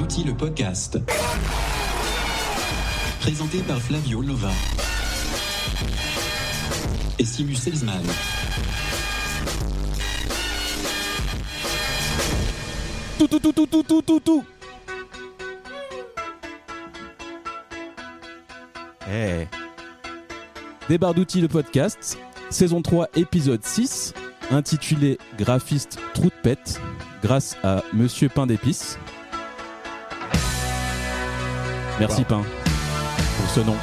Sorti le podcast. Présenté par Flavio Lova. Et Simus Elsman. Tout, tout, tout, tout, tout, tout, tout, tout. Eh. Des barres d'outils, le podcast, saison 3, épisode 6, intitulé Graphiste Trou de Pète, grâce à Monsieur Pain d'Épices. Merci Pain pour ce nom.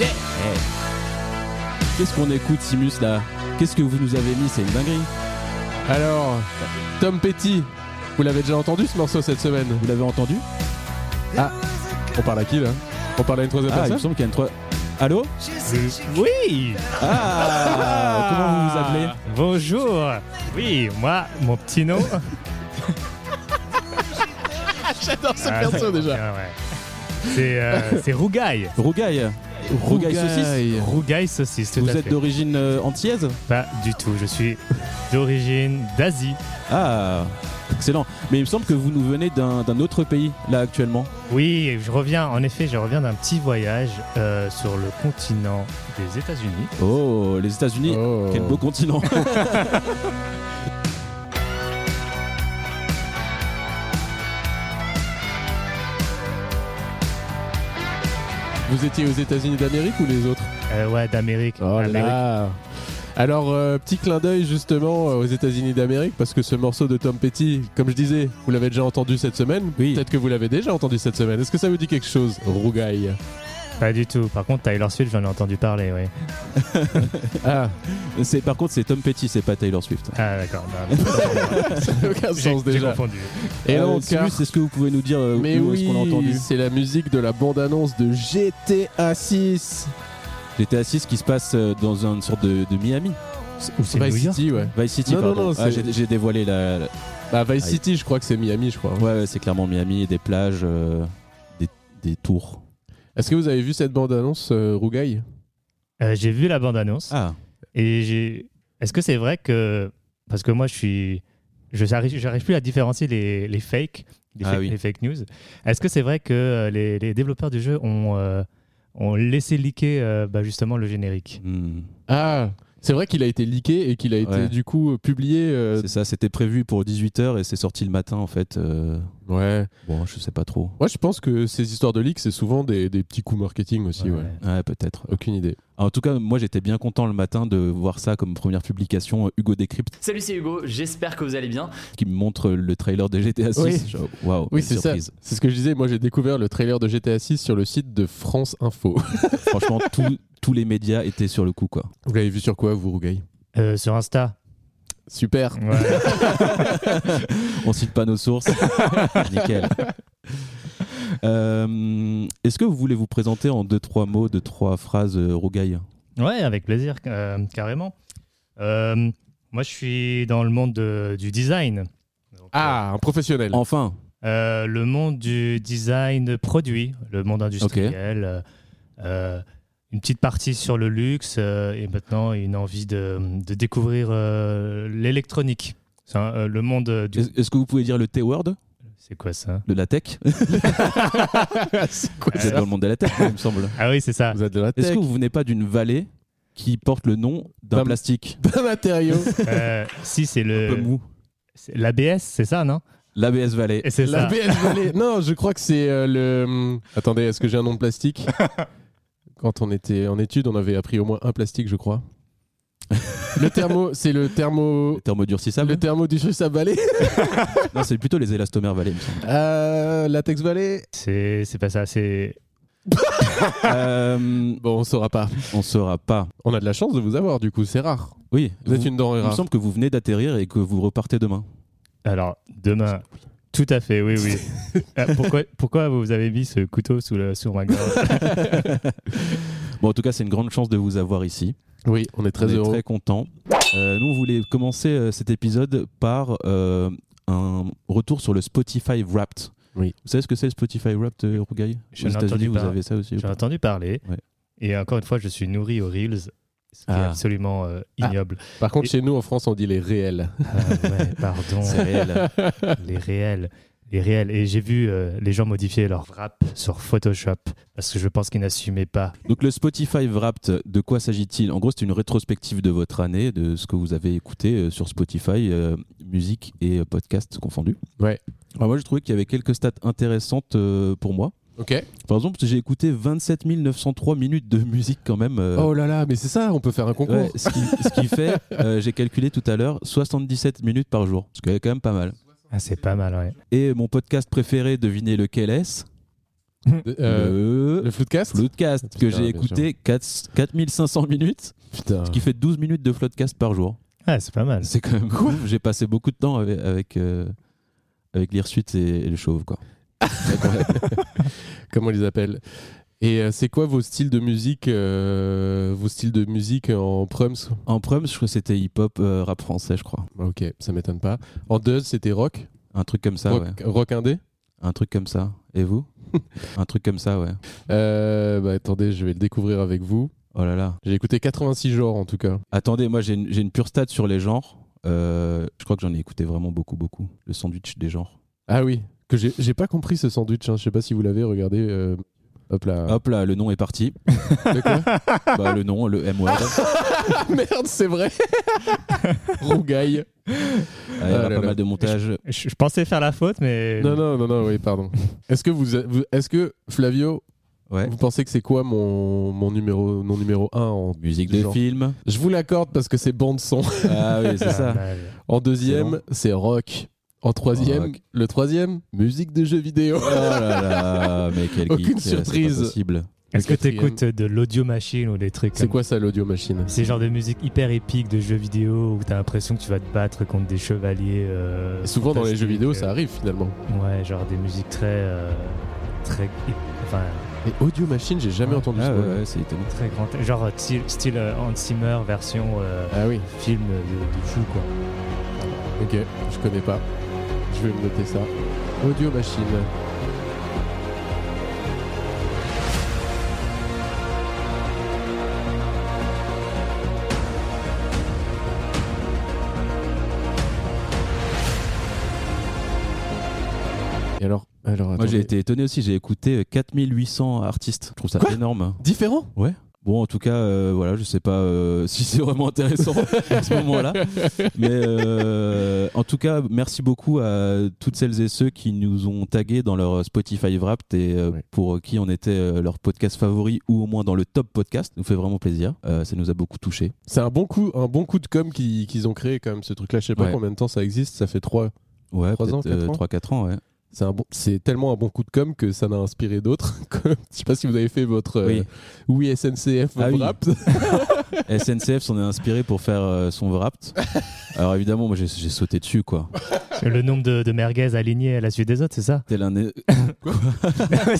Yeah. Eh. Qu'est-ce qu'on écoute, Simus, là Qu'est-ce que vous nous avez mis C'est une dinguerie. Alors, Tom Petty, vous l'avez déjà entendu ce morceau cette semaine Vous l'avez entendu On parle à qui là On parle à une troisième Ah, il me personne semble qu'il y a une trois. Allô Oui Ah Comment vous vous appelez Bonjour Oui, moi, mon petit nom. J'adore ce Ah, perso c'est- déjà. ah, ouais. C'est euh, c'est Rougaille. Rougaille. Rougaille saucisse. Rougaille saucisse, tout Vous à êtes fait. d'origine euh, antillaise Pas du tout, je suis d'origine d'Asie. Ah, excellent. Mais il me semble que vous nous venez d'un d'un autre pays, là, actuellement. Oui, je reviens, en effet, je reviens d'un petit voyage euh, sur le continent des États-Unis. Oh, les États-Unis, Oh. quel beau continent. Vous étiez aux États-Unis d'Amérique ou les autres Euh, ouais, d'Amérique. Amérique. Oh là Alors, euh, petit clin d'œil justement euh, aux États-Unis d'Amérique parce que ce morceau de Tom Petty, comme je disais, vous l'avez déjà entendu cette semaine. Oui. Peut-être que vous l'avez déjà entendu cette semaine. Est-ce que ça vous dit quelque chose, Rougaille Pas du tout. Par contre, Taylor Swift, j'en ai entendu parler, oui. Ah, C'est- Par contre, c'est Tom Petty, c'est pas Taylor Swift. Ah, d'accord. non, non. ça n'a aucun J'ai sens j'ai déjà. confondu. Et Euh, donc, Simus, est-ce que vous pouvez nous dire euh, Mais où oui, est-ce qu'on l'a entendu c'est la musique de la bande-annonce de GTA 6. GTA 6 qui se passe euh, dans une sorte de, de Miami. Ou c'est Vice New York City, ouais. Vice City, Non, non, pardon. non, Ah, c'est- j'ai j'ai dévoilé la. la- Bah, Vice Aïe. City, je crois que c'est Miami, je crois. hein. Ouais, ouais, c'est clairement Miami, des plages, euh, des, des tours. Est-ce que vous avez vu cette bande-annonce, euh, Rougaille Euh, J'ai vu la bande-annonce. Ah, Et j'ai. Est-ce que c'est vrai que. Parce que moi, je suis. Je j'arrive j'arrive plus à différencier les, les fakes, les, Ah fake, oui. les fake news. Est-ce que c'est vrai que euh, les, les développeurs du jeu ont, euh, ont laissé leaker euh, bah, justement le générique hmm. Ah, c'est vrai qu'il a été leaké et qu'il a été Ouais. du coup euh, publié. euh, c'est ça, c'était prévu pour 18h et c'est sorti le matin en fait. euh, Ouais. Bon, je sais pas trop. Moi, je pense que ces histoires de leaks, c'est souvent des, des petits coups marketing aussi. Ouais. Ouais, peut-être. Aucune idée. En tout cas, moi j'étais bien content le matin de voir ça comme première publication euh, Hugo Décrypte Salut, c'est Hugo, j'espère que vous allez bien. qui me montre le trailer de GTA 6. Oui. Je- Waouh, Oui, quelle c'est ça. surprise. C'est ce que je disais. Moi, j'ai découvert le trailer de GTA 6 sur le site de France Info. Franchement, tout- tous les médias étaient sur le coup quoi. vous l'avez vu sur quoi, vous, Rougaille Euh, Sur Insta Super. Ouais. On cite pas nos sources. Nickel. Euh, Est-ce que vous voulez vous présenter en deux trois mots, deux trois phrases, euh, Rougaille Ouais, avec plaisir, euh, carrément. Euh, moi, je suis dans le monde de- du design. Donc, Ah, un professionnel. Enfin, Euh, le monde du design produit, le monde industriel, euh, euh, une petite partie sur le luxe euh, et maintenant une envie de, de découvrir euh, l'électronique. C'est un- euh, le monde euh, du... est- est-ce que vous pouvez dire le T-word C'est quoi ça Euh, de la tech c'est quoi Vous êtes ça dans le monde de la tech, il me semble. Ah oui, c'est ça. Vous êtes de la Est-ce tech. que vous venez pas d'une vallée qui porte le nom d'un D'un- plastique Pas matériaux. Euh, si, c'est un peu le... mou c'est L'ABS, c'est ça, non L'ABS Vallée. Et c'est La ça. BS Valley. Non, je crois que c'est euh, le. hum, Attendez, est-ce que j'ai un nom de plastique Quand on était en études, on avait appris au moins un plastique, je crois. Le thermo, c'est le thermo. Le thermodurcissable Le thermo du à Valley. Non, c'est plutôt les élastomères Vallée, il me semble. Euh, latex Valley. C'est c'est pas ça, c'est... Euh, Bon, on saura pas. on saura pas. On a de la chance de vous avoir, du coup, c'est rare. Oui, Vous êtes une denrée il me rare. semble que vous venez d'atterrir et que vous repartez demain. Alors, demain... Tout à fait, oui, oui. Euh, pourquoi, pourquoi vous avez mis ce couteau sous, le, sous ma gorge Bon, en tout cas, c'est une grande chance de vous avoir ici. Oui, on est très on est heureux. très content. nous, on voulait commencer euh, cet épisode par euh, un retour sur le Spotify Wrapped. Oui. Vous savez ce que c'est le Spotify Wrapped, euh, Rougaille Je Aux n'ai entendu États-Unis, vous pas. avez ça aussi ou J'ai pas entendu parler. Ouais. Et encore une fois, je suis nourri aux Reels. ce qui est Ah. absolument euh, Ah. ignoble. Par contre, Et- chez nous en France, on dit les réels. Ah ouais, pardon. C'est réel. les réels. Les réels. Et j'ai vu euh, les gens modifier leur rap sur Photoshop parce que je pense qu'ils n'assumaient pas. Donc le Spotify Wrapped, de quoi s'agit-il En gros, c'est une rétrospective de votre année, de ce que vous avez écouté euh, sur Spotify, euh, musique et euh, podcast confondus. Ouais. Alors moi, j'ai trouvé qu'il y avait quelques stats intéressantes euh, pour moi. Ok. Par exemple, j'ai écouté 27 903 minutes de musique quand même. euh, Oh là là, mais c'est ça, on peut faire un concours. ouais, ce, qui, ce qui fait, euh, j'ai calculé tout à l'heure, 77 minutes par jour, ce qui est quand même pas mal. Ah, c'est pas mal, ouais. Et mon podcast préféré, devinez lequel est-ce De- euh, Le le floodcast Floodcast, que Putain, j'ai bien écouté 4, 4500 minutes, Putain. ce qui fait 12 minutes de Floodcast par jour. Ah, c'est pas mal. C'est quand même cool. J'ai passé beaucoup de temps avec, avec, euh, avec l'Irsuite et, et le Chauve. Quoi. Comment on les appelle Et euh, c'est quoi vos styles de musique euh, Vos styles de musique en prums En prom, je crois que c'était hip-hop, euh, rap français, je crois. Ok, ça m'étonne pas. En deux, c'était rock Un truc comme ça, rock, Ah ouais. rock indé Un truc comme ça. Et vous Un truc comme ça, ouais. Euh, bah, Attendez, je vais le découvrir avec vous. Oh là là. J'ai écouté 86 genres en tout cas. Attendez, moi j'ai une, j'ai une pure stat sur les genres. Euh, je crois que j'en ai écouté vraiment beaucoup, beaucoup. Le sandwich des genres. Ah oui, que j'ai j'ai pas compris ce sandwich. Hein. Je sais pas si vous l'avez regardé. euh, Hop là. Hop là, le nom est parti. De quoi Bah, le nom, le M-word. Ah, Merde, c'est vrai. Rougaille. Ah, il y aura là pas là. mal de montage. Je, je pensais faire la faute, mais. Non, non, non, non, oui, pardon. Est-ce que, vous, vous- est-ce que Flavio, Ouais. vous pensez que c'est quoi mon, mon numéro, non numéro 1 en... Musique Du de genre. film. Je vous l'accorde parce que c'est bande-son. Ah oui, c'est Pas ça. mal. En deuxième, c'est rock. En troisième, Rock. le troisième, musique de jeux vidéo. Oh là là, mais quel geek, Aucune c'est surprise. pas possible. Est-ce que quatrième. t'écoutes de l'audio machine ou des trucs euh, C'est comme quoi ça, l'audio machine C'est genre de musique hyper épique de jeux vidéo où t'as l'impression que tu vas te battre contre des chevaliers. euh, Et Souvent dans les jeux vidéo, ça fantastiques, arrive finalement. euh, Ouais, genre des musiques très. euh, très. Enfin, Et audio machine, j'ai jamais Ouais. entendu Ah ça. ouais, ouais, c'est étonnant. très grand. Genre euh, style, style euh, Hans Zimmer version euh, Ah oui, film de, de fou, quoi. ok, je connais pas. Je vais me noter ça. Audio machine. Et alors, alors Moi j'ai attendez. été étonné aussi, j'ai écouté euh, 4800 artistes. Je trouve ça Quoi énorme. différent. Bon, en tout cas, euh, voilà, je sais pas euh, si c'est vraiment intéressant à ce moment-là. Mais euh, en tout cas, merci beaucoup à toutes celles et ceux qui nous ont tagués dans leur Spotify Wrapped et euh, Ouais. pour qui on était euh, leur podcast favori ou au moins dans le top podcast. Ça nous fait vraiment plaisir. Euh, ça nous a beaucoup touché. C'est un bon coup, un bon coup de com qui- qu'ils ont créé quand même ce truc-là. Je sais pas Ouais. combien de temps ça existe. Ça fait trois. Ouais, Trois ans, peut-être 3-4 quatre ans ans, ouais. C'est un bon- c'est tellement un bon coup de com que ça n'a inspiré d'autres. Comme- Je sais pas si vous avez fait votre euh, Oui. oui. SNCF Ah oui. rap. SNCF s'en est inspiré pour faire euh, son Wrapped. Alors évidemment, moi j'ai j'ai sauté dessus, quoi. Le nombre de, de merguez alignés à la suite des autres, c'est ça Tel un,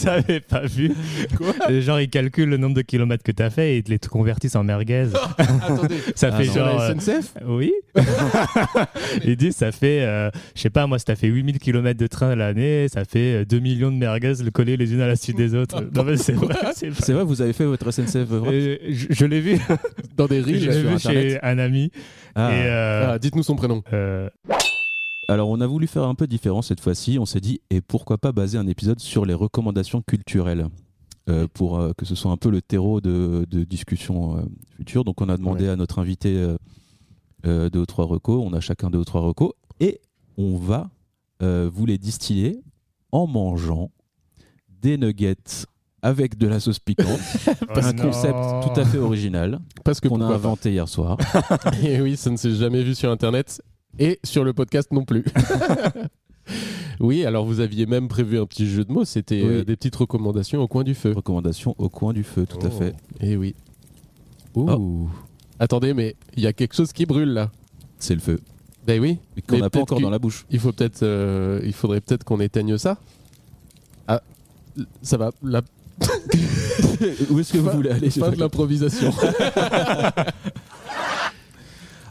J'avais pas vu. Quoi Et genre, ils calculent le nombre de kilomètres que t'as fait et ils te les convertissent en merguez. Attendez. Ça Ah fait non. Sur genre. la euh, SNCF Oui. Il dit ça fait, euh, je sais pas, moi, si t'as fait 8000 km de train l'année, ça fait euh, 2 millions de merguez le coller les unes à la suite des autres. non, mais c'est vrai. c'est vrai. C'est vrai, vous avez fait votre SNCF Wrapped Euh, je je l'ai vu, dans des je reels l'ai sur vu internet. chez un ami. Ah. Et, euh, Ah, dites-nous son prénom. euh, Alors, on a voulu faire un peu différent cette fois-ci. On s'est dit, et pourquoi pas baser un épisode sur les recommandations culturelles euh, pour euh, que ce soit un peu le terreau de, de discussions euh, futures. Donc, on a demandé à notre invité euh, euh, deux ou trois recos. On a chacun deux ou trois recos. Et on va euh, vous les distiller en mangeant des nuggets avec de la sauce piquante. un oh non. concept tout à fait original Parce que qu'on a pourquoi pas. inventé hier soir. Et oui, ça ne s'est jamais vu sur internet et sur le podcast non plus. oui, alors vous aviez même prévu un petit jeu de mots. C'était Oui. euh, des petites recommandations au coin du feu. Recommandation au coin du feu, tout à Oh. fait. Et oui. Oh. Ouh. Attendez, mais il y a quelque chose qui brûle là. C'est le feu. Ben oui. Et qu'on Mais n'a pas peut-être encore que- dans la bouche. Il faut peut-être, euh, il faudrait peut-être qu'on éteigne ça. Ah, l- ça va. La Où est-ce que vous Fin- voulez aller fin de l'improvisation.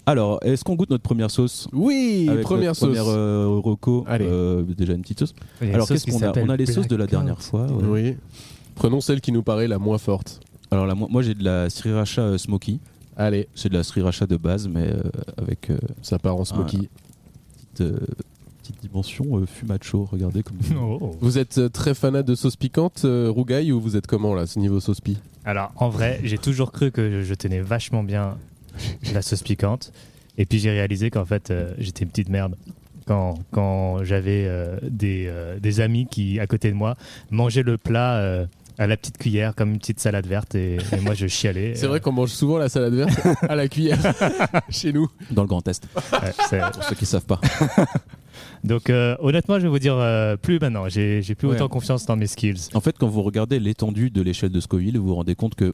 Alors, est-ce qu'on goûte notre première sauce oui, Avec première notre sauce. Première euh, reco, Allez. euh, déjà une petite sauce. Il y a une Alors, sauce qu'est-ce qui qu'on a s'appelle On a les sauces de la Blackout. dernière fois. euh, ouais. Oui. Prenons celle qui nous paraît la moins forte. Alors, là, moi, moi, j'ai de la sriracha euh, smoky. Allez, C'est de la sriracha de base, mais euh, avec euh, ça part en smoky. petite, euh, petite dimension euh, fumacho. Regardez comme. Oh. Vous êtes euh, très fanat de sauce piquante, euh, rougaille, ou vous êtes comment là, ce niveau sauce pi Alors, en vrai, j'ai toujours cru que je tenais vachement bien la sauce piquante. Et puis, j'ai réalisé qu'en fait, euh, j'étais une petite merde. Quand, quand j'avais euh, des, euh, des amis qui, à côté de moi, mangeaient le plat euh, à la petite cuillère, comme une petite salade verte, et, et euh. moi, je chialais. C'est vrai qu'on mange souvent la salade verte à la cuillère chez nous. Dans le Grand Est, Ouais, c'est- pour ceux qui savent pas. Donc, euh, honnêtement, je vais vous dire euh, plus maintenant. J'ai j'ai plus Ouais. autant confiance dans mes skills. En fait, quand vous regardez l'étendue de l'échelle de Scoville, vous vous rendez compte que.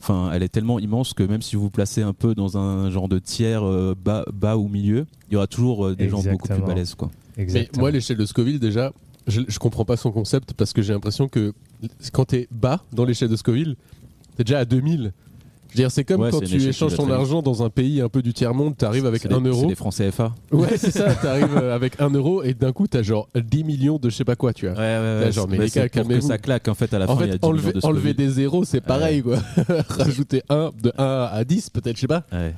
Enfin, elle est tellement immense que même si vous vous placez un peu dans un genre de tiers euh, bas, bas ou milieu, il y aura toujours euh, des gens beaucoup plus Exactement. balèzes. Quoi. Mais Exactement. moi, l'échelle de Scoville, déjà, je, je comprends pas son concept parce que j'ai l'impression que quand t'es bas dans l'échelle de Scoville, t'es déjà à 2000. Je veux dire, c'est comme Ouais, quand c'est une tu échelle qui échanges va ton très vite. argent dans un pays un peu du tiers-monde, t'arrives avec C'est les- 1 C'est euro. les Français FA. Ouais, c'est ça, t'arrives euh, avec 1 euro et d'un coup, t'as genre 10 millions de je sais pas quoi, tu vois. Ouais, ouais, ouais. Là, genre, mais Bah, les c'est gars, pour que calmez-vous. ça claque en fait à la en fin. Ah, il y a 10 fait, millions enlever, de enlever Scoville. des zéros, c'est pareil, quoi. Rajouter 1 de 1 à 10, peut-être, je sais pas. Ouais.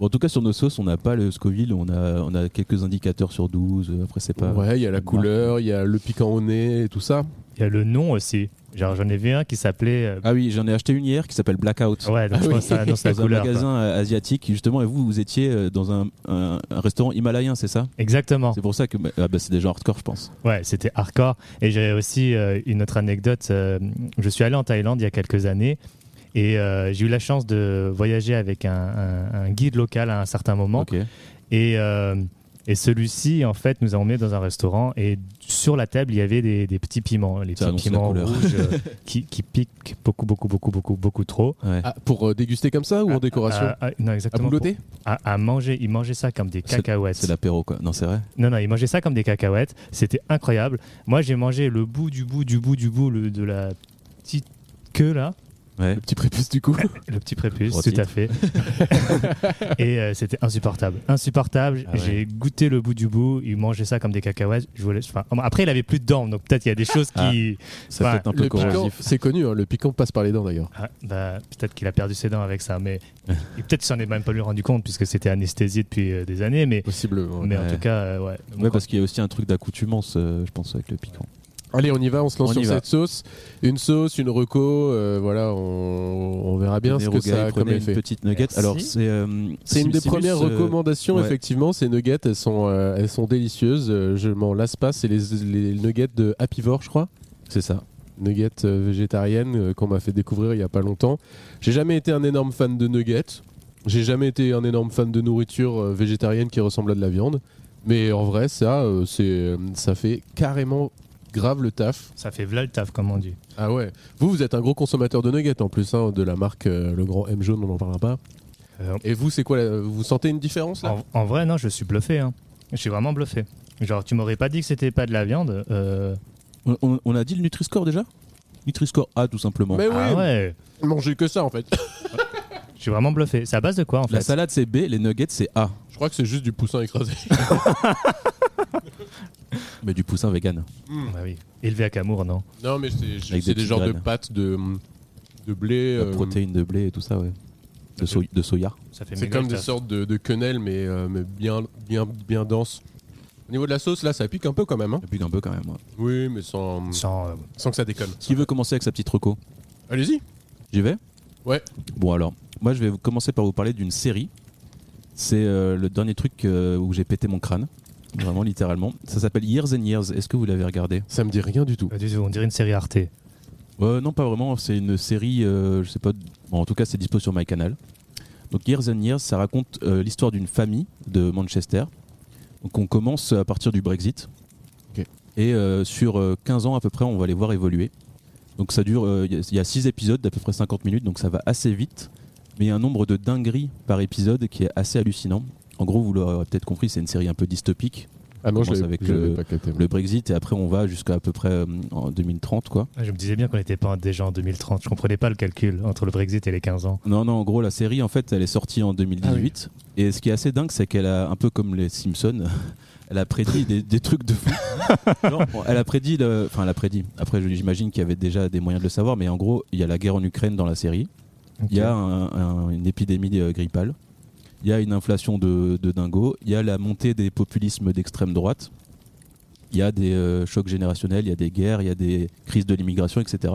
Bon, en tout cas, sur nos sauces, on n'a pas le Scoville, on a, on a quelques indicateurs sur 12. euh, Après, c'est pas. Ouais, il y a la marque. couleur, il y a le piquant au nez et tout ça. Il y a le nom aussi. Genre, j'en ai vu un qui s'appelait. euh, Ah oui, j'en ai acheté une hier qui s'appelle Blackout. Ouais, donc je oui. pense que ça annonce la Ah, Dans un couleur. quoi. magasin euh, asiatique, justement, et vous, vous étiez euh, dans un, un- un restaurant himalayen, c'est ça Exactement. C'est pour ça que bah, ah bah, c'est déjà hardcore, je pense. Ouais, c'était hardcore. Et j'ai aussi euh, une autre anecdote. Euh, je suis allé en Thaïlande il y a quelques années et euh, j'ai eu la chance de voyager avec un, un- un guide local à un certain moment. Ok. Et, euh, et celui-ci, en fait, nous a emmenés dans un restaurant et sur la table, il y avait des, des petits piments. Les Ça annonce petits la piments couleur. rouges euh, qui, qui piquent beaucoup, beaucoup, beaucoup, beaucoup, beaucoup trop. Ouais. Ah, pour euh, déguster comme ça ou Ah, en À- euh, décoration à- à- non, À exactement. boulotter pour- à, à manger, ils mangeaient ça comme des cacahuètes. C'est l'apéro, quoi. Non, c'est vrai. Non, non, ils mangeaient ça comme des cacahuètes. C'était incroyable. Moi, j'ai mangé le bout du bout du bout du bout le- de la petite queue là, Ouais. Le petit prépuce du coup. le petit prépuce, Gros tout titre. à fait. Et euh, c'était insupportable, insupportable. Ah ouais. J'ai goûté le bout du bout. Ils mangeaient ça comme des cacahuètes. Je voulais. enfin, oh, après, il avait plus de dents, donc peut-être il y a des choses qui. Ah, Ça Bah, peut être un peu Le piquant, corrosif. c'est connu, hein, le piquant passe par les dents d'ailleurs. Ah, bah, peut-être qu'il a perdu ses dents avec ça, mais et peut-être il s'en est même pas lui rendu compte puisque c'était anesthésié depuis euh, des années. Mais, Possiblement. mais en Ouais. tout cas, euh, ouais. Ouais, parce qu'il y a aussi un truc d'accoutumance, euh, je pense, avec le piquant. Allez, on y va, on se lance On sur y va. cette sauce. Une sauce, une reco, euh, voilà, on, on verra bien Prenez ce que Rogaille, ça a comme prenez une effet. petite nugget. Merci. Alors, c'est. euh, C'est une Simulus, des premières euh, recommandations, ouais. effectivement. Ces nuggets, elles sont, euh, elles sont délicieuses. Euh, Je m'en lasse pas. C'est les, les nuggets de Happyvore, je crois. C'est ça. Nuggets euh, végétariennes euh, qu'on m'a fait découvrir il y a pas longtemps. J'ai jamais été un énorme fan de nuggets. J'ai jamais été un énorme fan de nourriture euh, végétarienne qui ressemble à de la viande. Mais en vrai, ça, euh, c'est, euh, ça fait carrément grave le taf. Ça fait v'là le taf, comme on dit. Ah ouais. Vous, vous êtes un gros consommateur de nuggets en plus, hein, de la marque euh, Le Grand M jaune, on n'en parlera pas. Euh, Et vous, c'est quoi la- Vous sentez une différence là En, en vrai, non, je suis bluffé. hein. Je suis vraiment bluffé. Genre, tu m'aurais pas dit que c'était pas de la viande. euh, On- On, on a dit le Nutri-Score déjà Nutri-Score A, tout simplement. Mais Bah oui, ah ouais, manger que ça en fait. je suis vraiment bluffé. C'est à base de quoi en La fait salade, c'est B, les nuggets, c'est A. Je crois que c'est juste du poussin écrasé. Mais du poussin vegan. Bah oui. Élevé à Camour, non Non, mais c'est Avec des c'est des genres de petites graines. pâtes de, de blé. La euh, protéine de blé et tout ça, ouais. De, so- de soya. Ça fait C'est méga comme des taf. sortes de, de quenelles, mais, euh, mais bien, bien, bien denses. Au niveau de la sauce, là, ça pique un peu quand même. hein. Ça pique un peu quand même. ouais. Oui, mais sans, Sans, euh, sans que ça déconne. Qui veut commencer avec sa petite reco Allez-y. J'y vais Ouais. Bon, alors, moi, je vais vous- commencer par vous parler d'une série. C'est euh, le dernier truc euh, où j'ai pété mon crâne. Vraiment, littéralement. Ça s'appelle Years and Years. Est-ce que vous l'avez regardé Ça me dit rien du tout. pas du tout, on dirait une série Arte. Euh, non, pas vraiment. C'est une série, euh, je sais pas. bon, en tout cas, c'est dispo sur MyCanal. Donc, Years and Years, ça raconte euh, l'histoire d'une famille de Manchester. Donc, on commence à partir du Brexit. Ok. Et euh, sur euh, 15 ans à peu près, on va les voir évoluer. Donc, ça dure. euh, Il y a- il y a 6 épisodes d'à peu près 50 minutes, donc ça va assez vite. Mais il y a un nombre de dingueries par épisode qui est assez hallucinant. En gros, vous l'aurez peut-être compris, c'est une série un peu dystopique. Ah non, commence je l'avais avec je l'avais le- pas capté. Le Brexit, et après, on va jusqu'à à peu près euh, en 2030, quoi. Je me disais bien qu'on n'était pas déjà en 2030. Je comprenais pas le calcul entre le Brexit et les 15 ans. Non, non, en gros, la série, en fait, elle est sortie en 2018. Et ce qui est assez dingue, c'est qu'elle a, un peu comme les Simpsons, elle a prédit des, des trucs de fou. Non, elle a prédit, le- enfin, elle a prédit. Après, je- j'imagine qu'il y avait déjà des moyens de le savoir, mais en gros, il y a la guerre en Ukraine dans la série. Il y a un- un- une épidémie euh, grippale, il y a une inflation de, de dingo, il y a la montée des populismes d'extrême droite, il y a des euh, chocs générationnels, il y a des guerres, il y a des crises de l'immigration, etc.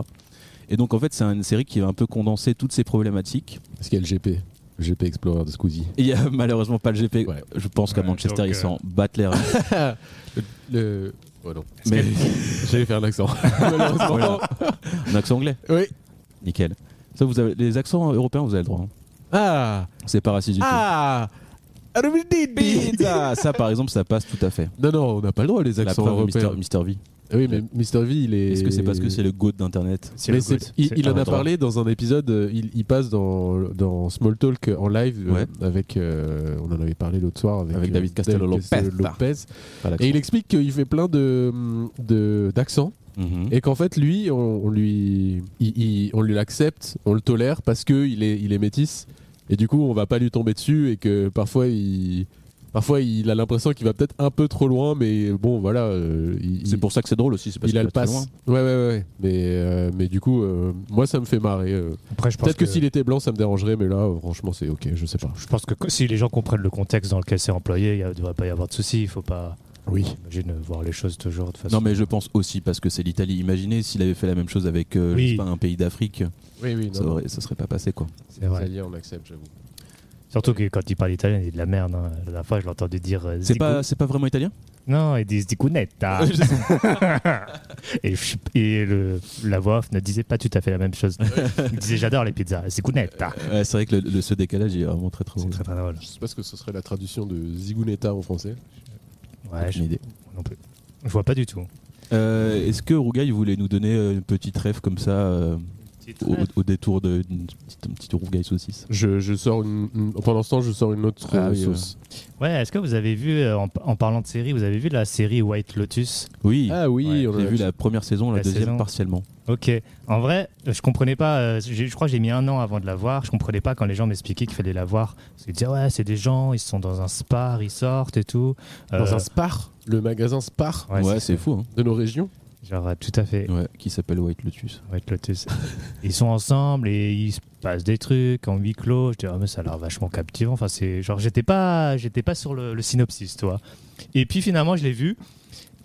Et donc en fait, c'est une série qui va un peu condenser toutes ces problématiques. Parce qu'il y a le GP, le GP Explorer de Squeezie. Et il y a malheureusement pas le GP. Ouais. Je pense qu'à Ouais, Manchester, donc, ils euh, s'en battent les reins. Le. Oh non. Mais J'allais faire l'accent. euh, Malheureusement. Voilà. un accent anglais, Oui. nickel. Ça, vous avez les accents européens, vous avez le droit. hein. Ah C'est pas raciste du tout. Ah Pizza Ça, par exemple, ça passe tout à fait. Non, non, on n'a pas le droit les La accents preuve, européens. Mr. Mr. V. Ah Oui, mais Mr. V, il est. Est-ce que c'est parce que c'est le GOAT d'Internet C'est Mais le c'est- goat. il, C'est- il en a Pardon. parlé dans un épisode, euh, il, il passe dans, dans Small Talk euh, en live euh, Ouais. avec, euh, on en avait parlé l'autre soir avec, Avec euh, David Castello Lopez. Lopez. Pas l'accent. Et il explique qu'il fait plein de de- d'accents Mhm. et qu'en fait lui, on, on lui, il- il- on lui l'accepte, on le tolère parce que il est, il est métis et du coup on va pas lui tomber dessus et que parfois il, parfois il a l'impression qu'il va peut-être un peu trop loin, mais bon voilà, euh, il- C'est pour ça que c'est drôle aussi. c'est parce il a qu'il le va très passe. Ouais, ouais, ouais, ouais. Mais, euh, mais du coup, euh, moi, ça me fait marrer. euh. Après, je pense Peut-être que, s'il était blanc, ça me dérangerait, mais là, euh, franchement, c'est ok, je sais pas. Je pense que que si les gens comprennent le contexte dans lequel c'est employé, il ne devrait pas y avoir de souci. Il faut pas, Oui. j'imagine, voir les choses toujours de façon. loin. Non, mais je pense aussi parce que c'est l'Italie. Imaginez s'il avait fait la même chose avec euh, je Oui. sais pas, un pays d'Afrique, Oui, oui, ça, aurait- ça serait pas passé quoi. C'est vrai. on accepte, j'avoue. Surtout que quand il parle italien, il dit de la merde. hein. La dernière fois, je l'ai entendu dire. euh, C'est zigu- pas, c'est pas vraiment italien Non, ils disent zicunetta. et je- et le, la voix off ne disait pas tout à fait la même chose. Il disait j'adore les pizzas, zicunetta. Ouais, C'est vrai que le, le- ce décalage il est vraiment très très C'est drôle. très très drôle. Je sais pas ce que ce serait la traduction de Ziguneta en français. Ouais, je, Aucune idée. non plus. Je vois pas du tout. Euh, Est-ce que Rougail voulait nous donner euh, une petite rêve comme ça euh, au, au détour de- d'une petite, une petite Rougail saucisse Je, je sors une, une- Pendant ce temps, je sors une autre Ah euh, oui, sauce. Ouais, est-ce que vous avez vu, euh, en, en parlant de série, vous avez vu la série White Lotus Oui, Ah oui, Ouais, on j'ai a vu la première saison, la, La deuxième saison. partiellement. Ok. En vrai, je comprenais pas. euh, j'ai- je crois que j'ai mis un an avant de la voir. Je comprenais pas quand les gens m'expliquaient qu'il fallait la voir. Parce qu'ils disaient ouais, c'est des gens, ils sont dans un spa, ils sortent et tout. Dans Euh, un Spar, le magasin Spar Ouais, Ouais, c'est fou. hein. de nos régions. Genre euh, tout à fait. Ouais, qui s'appelle White Lotus. White Lotus. ils sont ensemble et il se passe des trucs en huis clos. Je dis, Ah, mais ça a l'air vachement captivant. Enfin, c'est genre, j'étais pas, j'étais pas sur le, le synopsis, toi. Et puis finalement, je l'ai vu.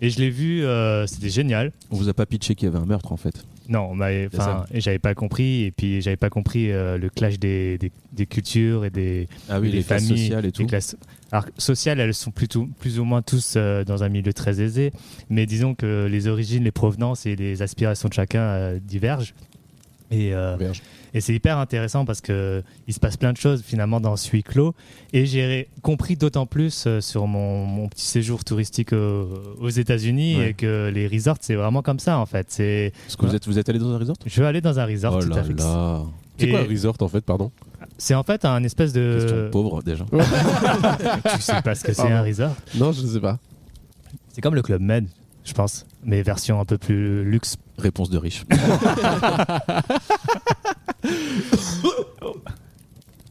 Et je l'ai vu, euh, c'était génial. On vous a pas pitché qu'il y avait un meurtre en fait. Non, on m'avait- C'est ça. enfin, et j'avais pas compris. Et puis, j'avais pas compris euh, le clash des- des- des cultures et des, Ah oui, les les, classes familles, sociales et tout. les classes alors, sociales, elles sont plutôt, plus ou moins tous euh, dans un milieu très aisé, mais disons que les origines, les provenances et les aspirations de chacun euh, divergent. Et, euh, Verge. et c'est hyper intéressant parce que il se passe plein de choses finalement dans ce huis clos. Et j'ai ré- compris d'autant plus euh, sur mon, mon petit séjour touristique au- aux États-Unis Ouais. et que les resorts, c'est vraiment comme ça en fait. C'est, Parce que vous êtes, vous êtes allé dans un resort je vais aller dans un resort. Oh tout à là fait. là. C'est Et quoi un resort en fait, pardon c'est en fait un espèce Question de. pauvre déjà. Tu sais pas ce que c'est Pardon. un resort. Non, je ne sais pas. C'est comme le Club Med, je pense, mais version un peu plus luxe. Réponse de riche.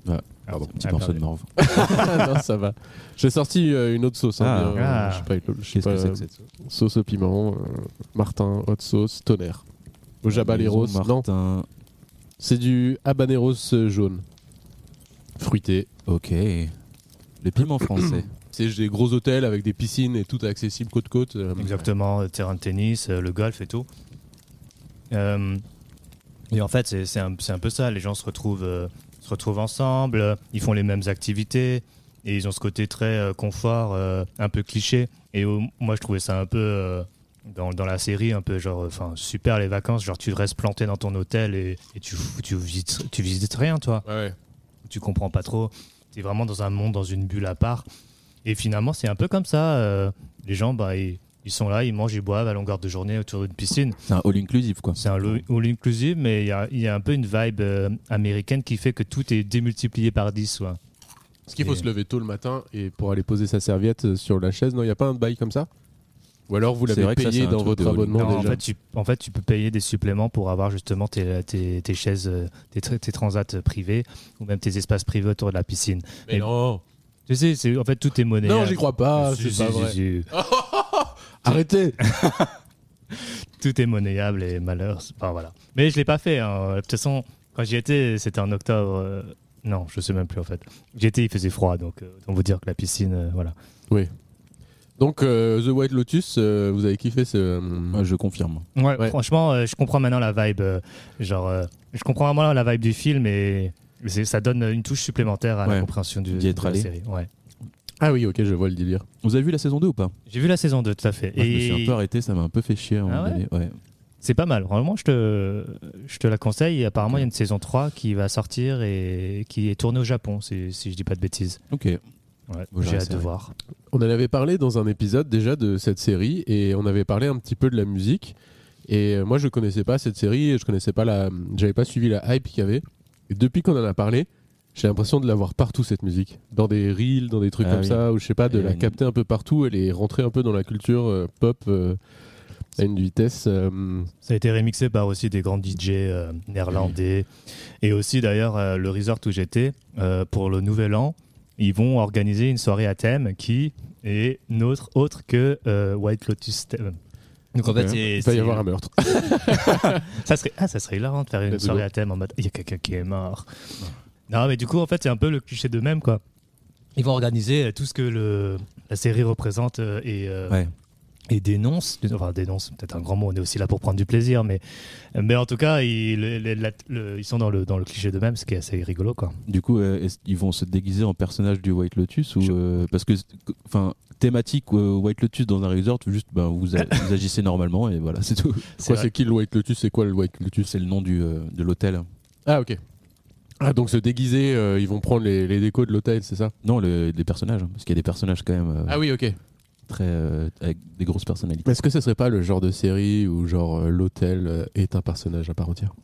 Ouais, pardon, petit Ah, morceau de pardon. morve. Ah, non, ça va. J'ai sorti euh, une autre sauce. hein, Ah. mais, euh, Ah. je sais pas, je sais Qu'est-ce que pas- c'est que cette sauce Sauce au piment, euh, Martin, hot sauce, tonnerre. Au Jabaneros, Maison non, Martin. c'est du habaneros euh, jaune. Fruité. Ok. Le piment français. C'est des gros hôtels avec des piscines et tout accessible côte-côte. euh, Exactement, le terrain de tennis, euh, le golf et tout. Euh, et en fait, c'est c'est un, c'est un peu ça. Les gens se retrouvent, euh, se retrouvent ensemble, euh, ils font les mêmes activités et ils ont ce côté très euh, confort, euh, un peu cliché. Et au- moi, je trouvais ça un peu. euh, dans, dans la série, un peu genre, enfin, super les vacances, genre tu restes planté dans ton hôtel et, et tu, tu, visites, tu visites rien, toi. Ouais, ouais. tu comprends pas trop. Tu es vraiment dans un monde, dans une bulle à part. Et finalement, c'est un peu comme ça. euh, les gens, bah, ils, ils sont là, ils mangent, ils boivent à longueur de journée autour d'une piscine. C'est un all inclusive quoi. C'est un lo- all inclusive, mais il y a, il y a un peu une vibe euh, américaine qui fait que tout est démultiplié par 10. ouais. Parce qu'il faut Et- se lever tôt le matin et pour aller poser sa serviette euh, sur la chaise. Non, il n'y a pas un bail comme ça Ou alors vous C'est l'avez vrai que ça, payé c'est un dans truc votre de Hollywood. abonnement Alors, en, déjà fait, tu, en fait, tu peux payer des suppléments pour avoir justement tes, tes- tes chaises, euh, tes, tra- tes transats privés ou même tes espaces privés autour de la piscine. Mais Et- non Tu sais, c'est- en fait, tout est monnaie. Non, j'y crois pas, Si, c'est si, pas si, vrai. si. Arrêtez tout est monnayable et malheur. Enfin, voilà. Mais je l'ai pas fait. hein. De toute façon, Quand j'y étais, c'était en octobre. euh, non, je sais même plus en fait. J'y étais, il faisait froid, donc euh, on vous dire que la piscine, euh, voilà. Donc, euh, The White Lotus, euh, vous avez kiffé ce. Moi, je confirme. Ouais, Ouais. franchement, euh, je comprends maintenant la vibe. euh, genre, euh, je comprends vraiment la vibe du film et c'est- ça donne une touche supplémentaire à Ouais. la compréhension du, D'y être de la allé. série. Ouais. Ah oui, ok, je vois le délire. Vous avez vu la saison 2 ou pas J'ai vu la saison 2, tout à fait. Moi, Je me suis et un peu arrêté, ça m'a un peu fait chier. à un Ah moment ouais donné, ouais. c'est pas mal. Vraiment, je te, je te la conseille. Et apparemment, il y a une saison 3 qui va sortir et qui est tournée au Japon, si, si je dis pas de bêtises. Ok. Ouais, Bon, J'ai j'aurais hâte de essayé. voir. On en avait parlé dans un épisode déjà de cette série et on avait parlé un petit peu de la musique. Et euh, moi, je connaissais pas cette série et je connaissais pas la. J'avais pas suivi la hype qu'il y avait. Et depuis qu'on en a parlé, j'ai l'impression de la voir partout cette musique. Dans des reels, dans des trucs Ah comme oui. ça, ou je sais pas, de Et la une- capter un peu partout. Elle est rentrée un peu dans la culture euh, pop euh, à une vitesse. euh, Ça a été remixé par aussi des grands DJ euh, néerlandais. Et aussi, d'ailleurs, euh, le resort où j'étais, euh, pour le nouvel an, ils vont organiser une soirée à thème qui est nôtre autre que euh, White Lotus thème. Donc en Ok. fait, c'est- il va y c'est- avoir un meurtre. ça serait, ah, ça serait hilarant de faire Mais une soirée à thème en mode il y a quelqu'un qui est mort. Non, mais du coup, en fait, c'est un peu le cliché de même, quoi. Ils vont organiser euh, tout ce que le, la série représente euh, et, euh, Ouais. et dénonce, enfin dénonce, c'est peut-être un grand mot, on est aussi là pour prendre du plaisir, mais, mais en tout cas, ils, le- le- la- le- ils sont dans le, dans le cliché de même, ce qui est assez rigolo. Quoi. Du coup, euh, est-ce- ils vont se déguiser en personnage du White Lotus ou Je- euh, parce que, enfin, thématique euh, White Lotus dans un resort, juste ben, vous, a- vous agissez normalement et voilà, c'est tout. C'est Quoi, vrai. c'est qui le White Lotus C'est quoi le White Lotus C'est le nom du euh, de l'hôtel. Ah, ok. Ah, donc se déguiser, euh, ils vont prendre les, les décos de l'hôtel, c'est ça Non, le, les personnages, hein, parce qu'il y a des personnages quand même euh, oui, ok. très euh, avec des grosses personnalités. Est-ce que ce serait pas le genre de série où genre euh, l'hôtel euh, est un personnage à part entière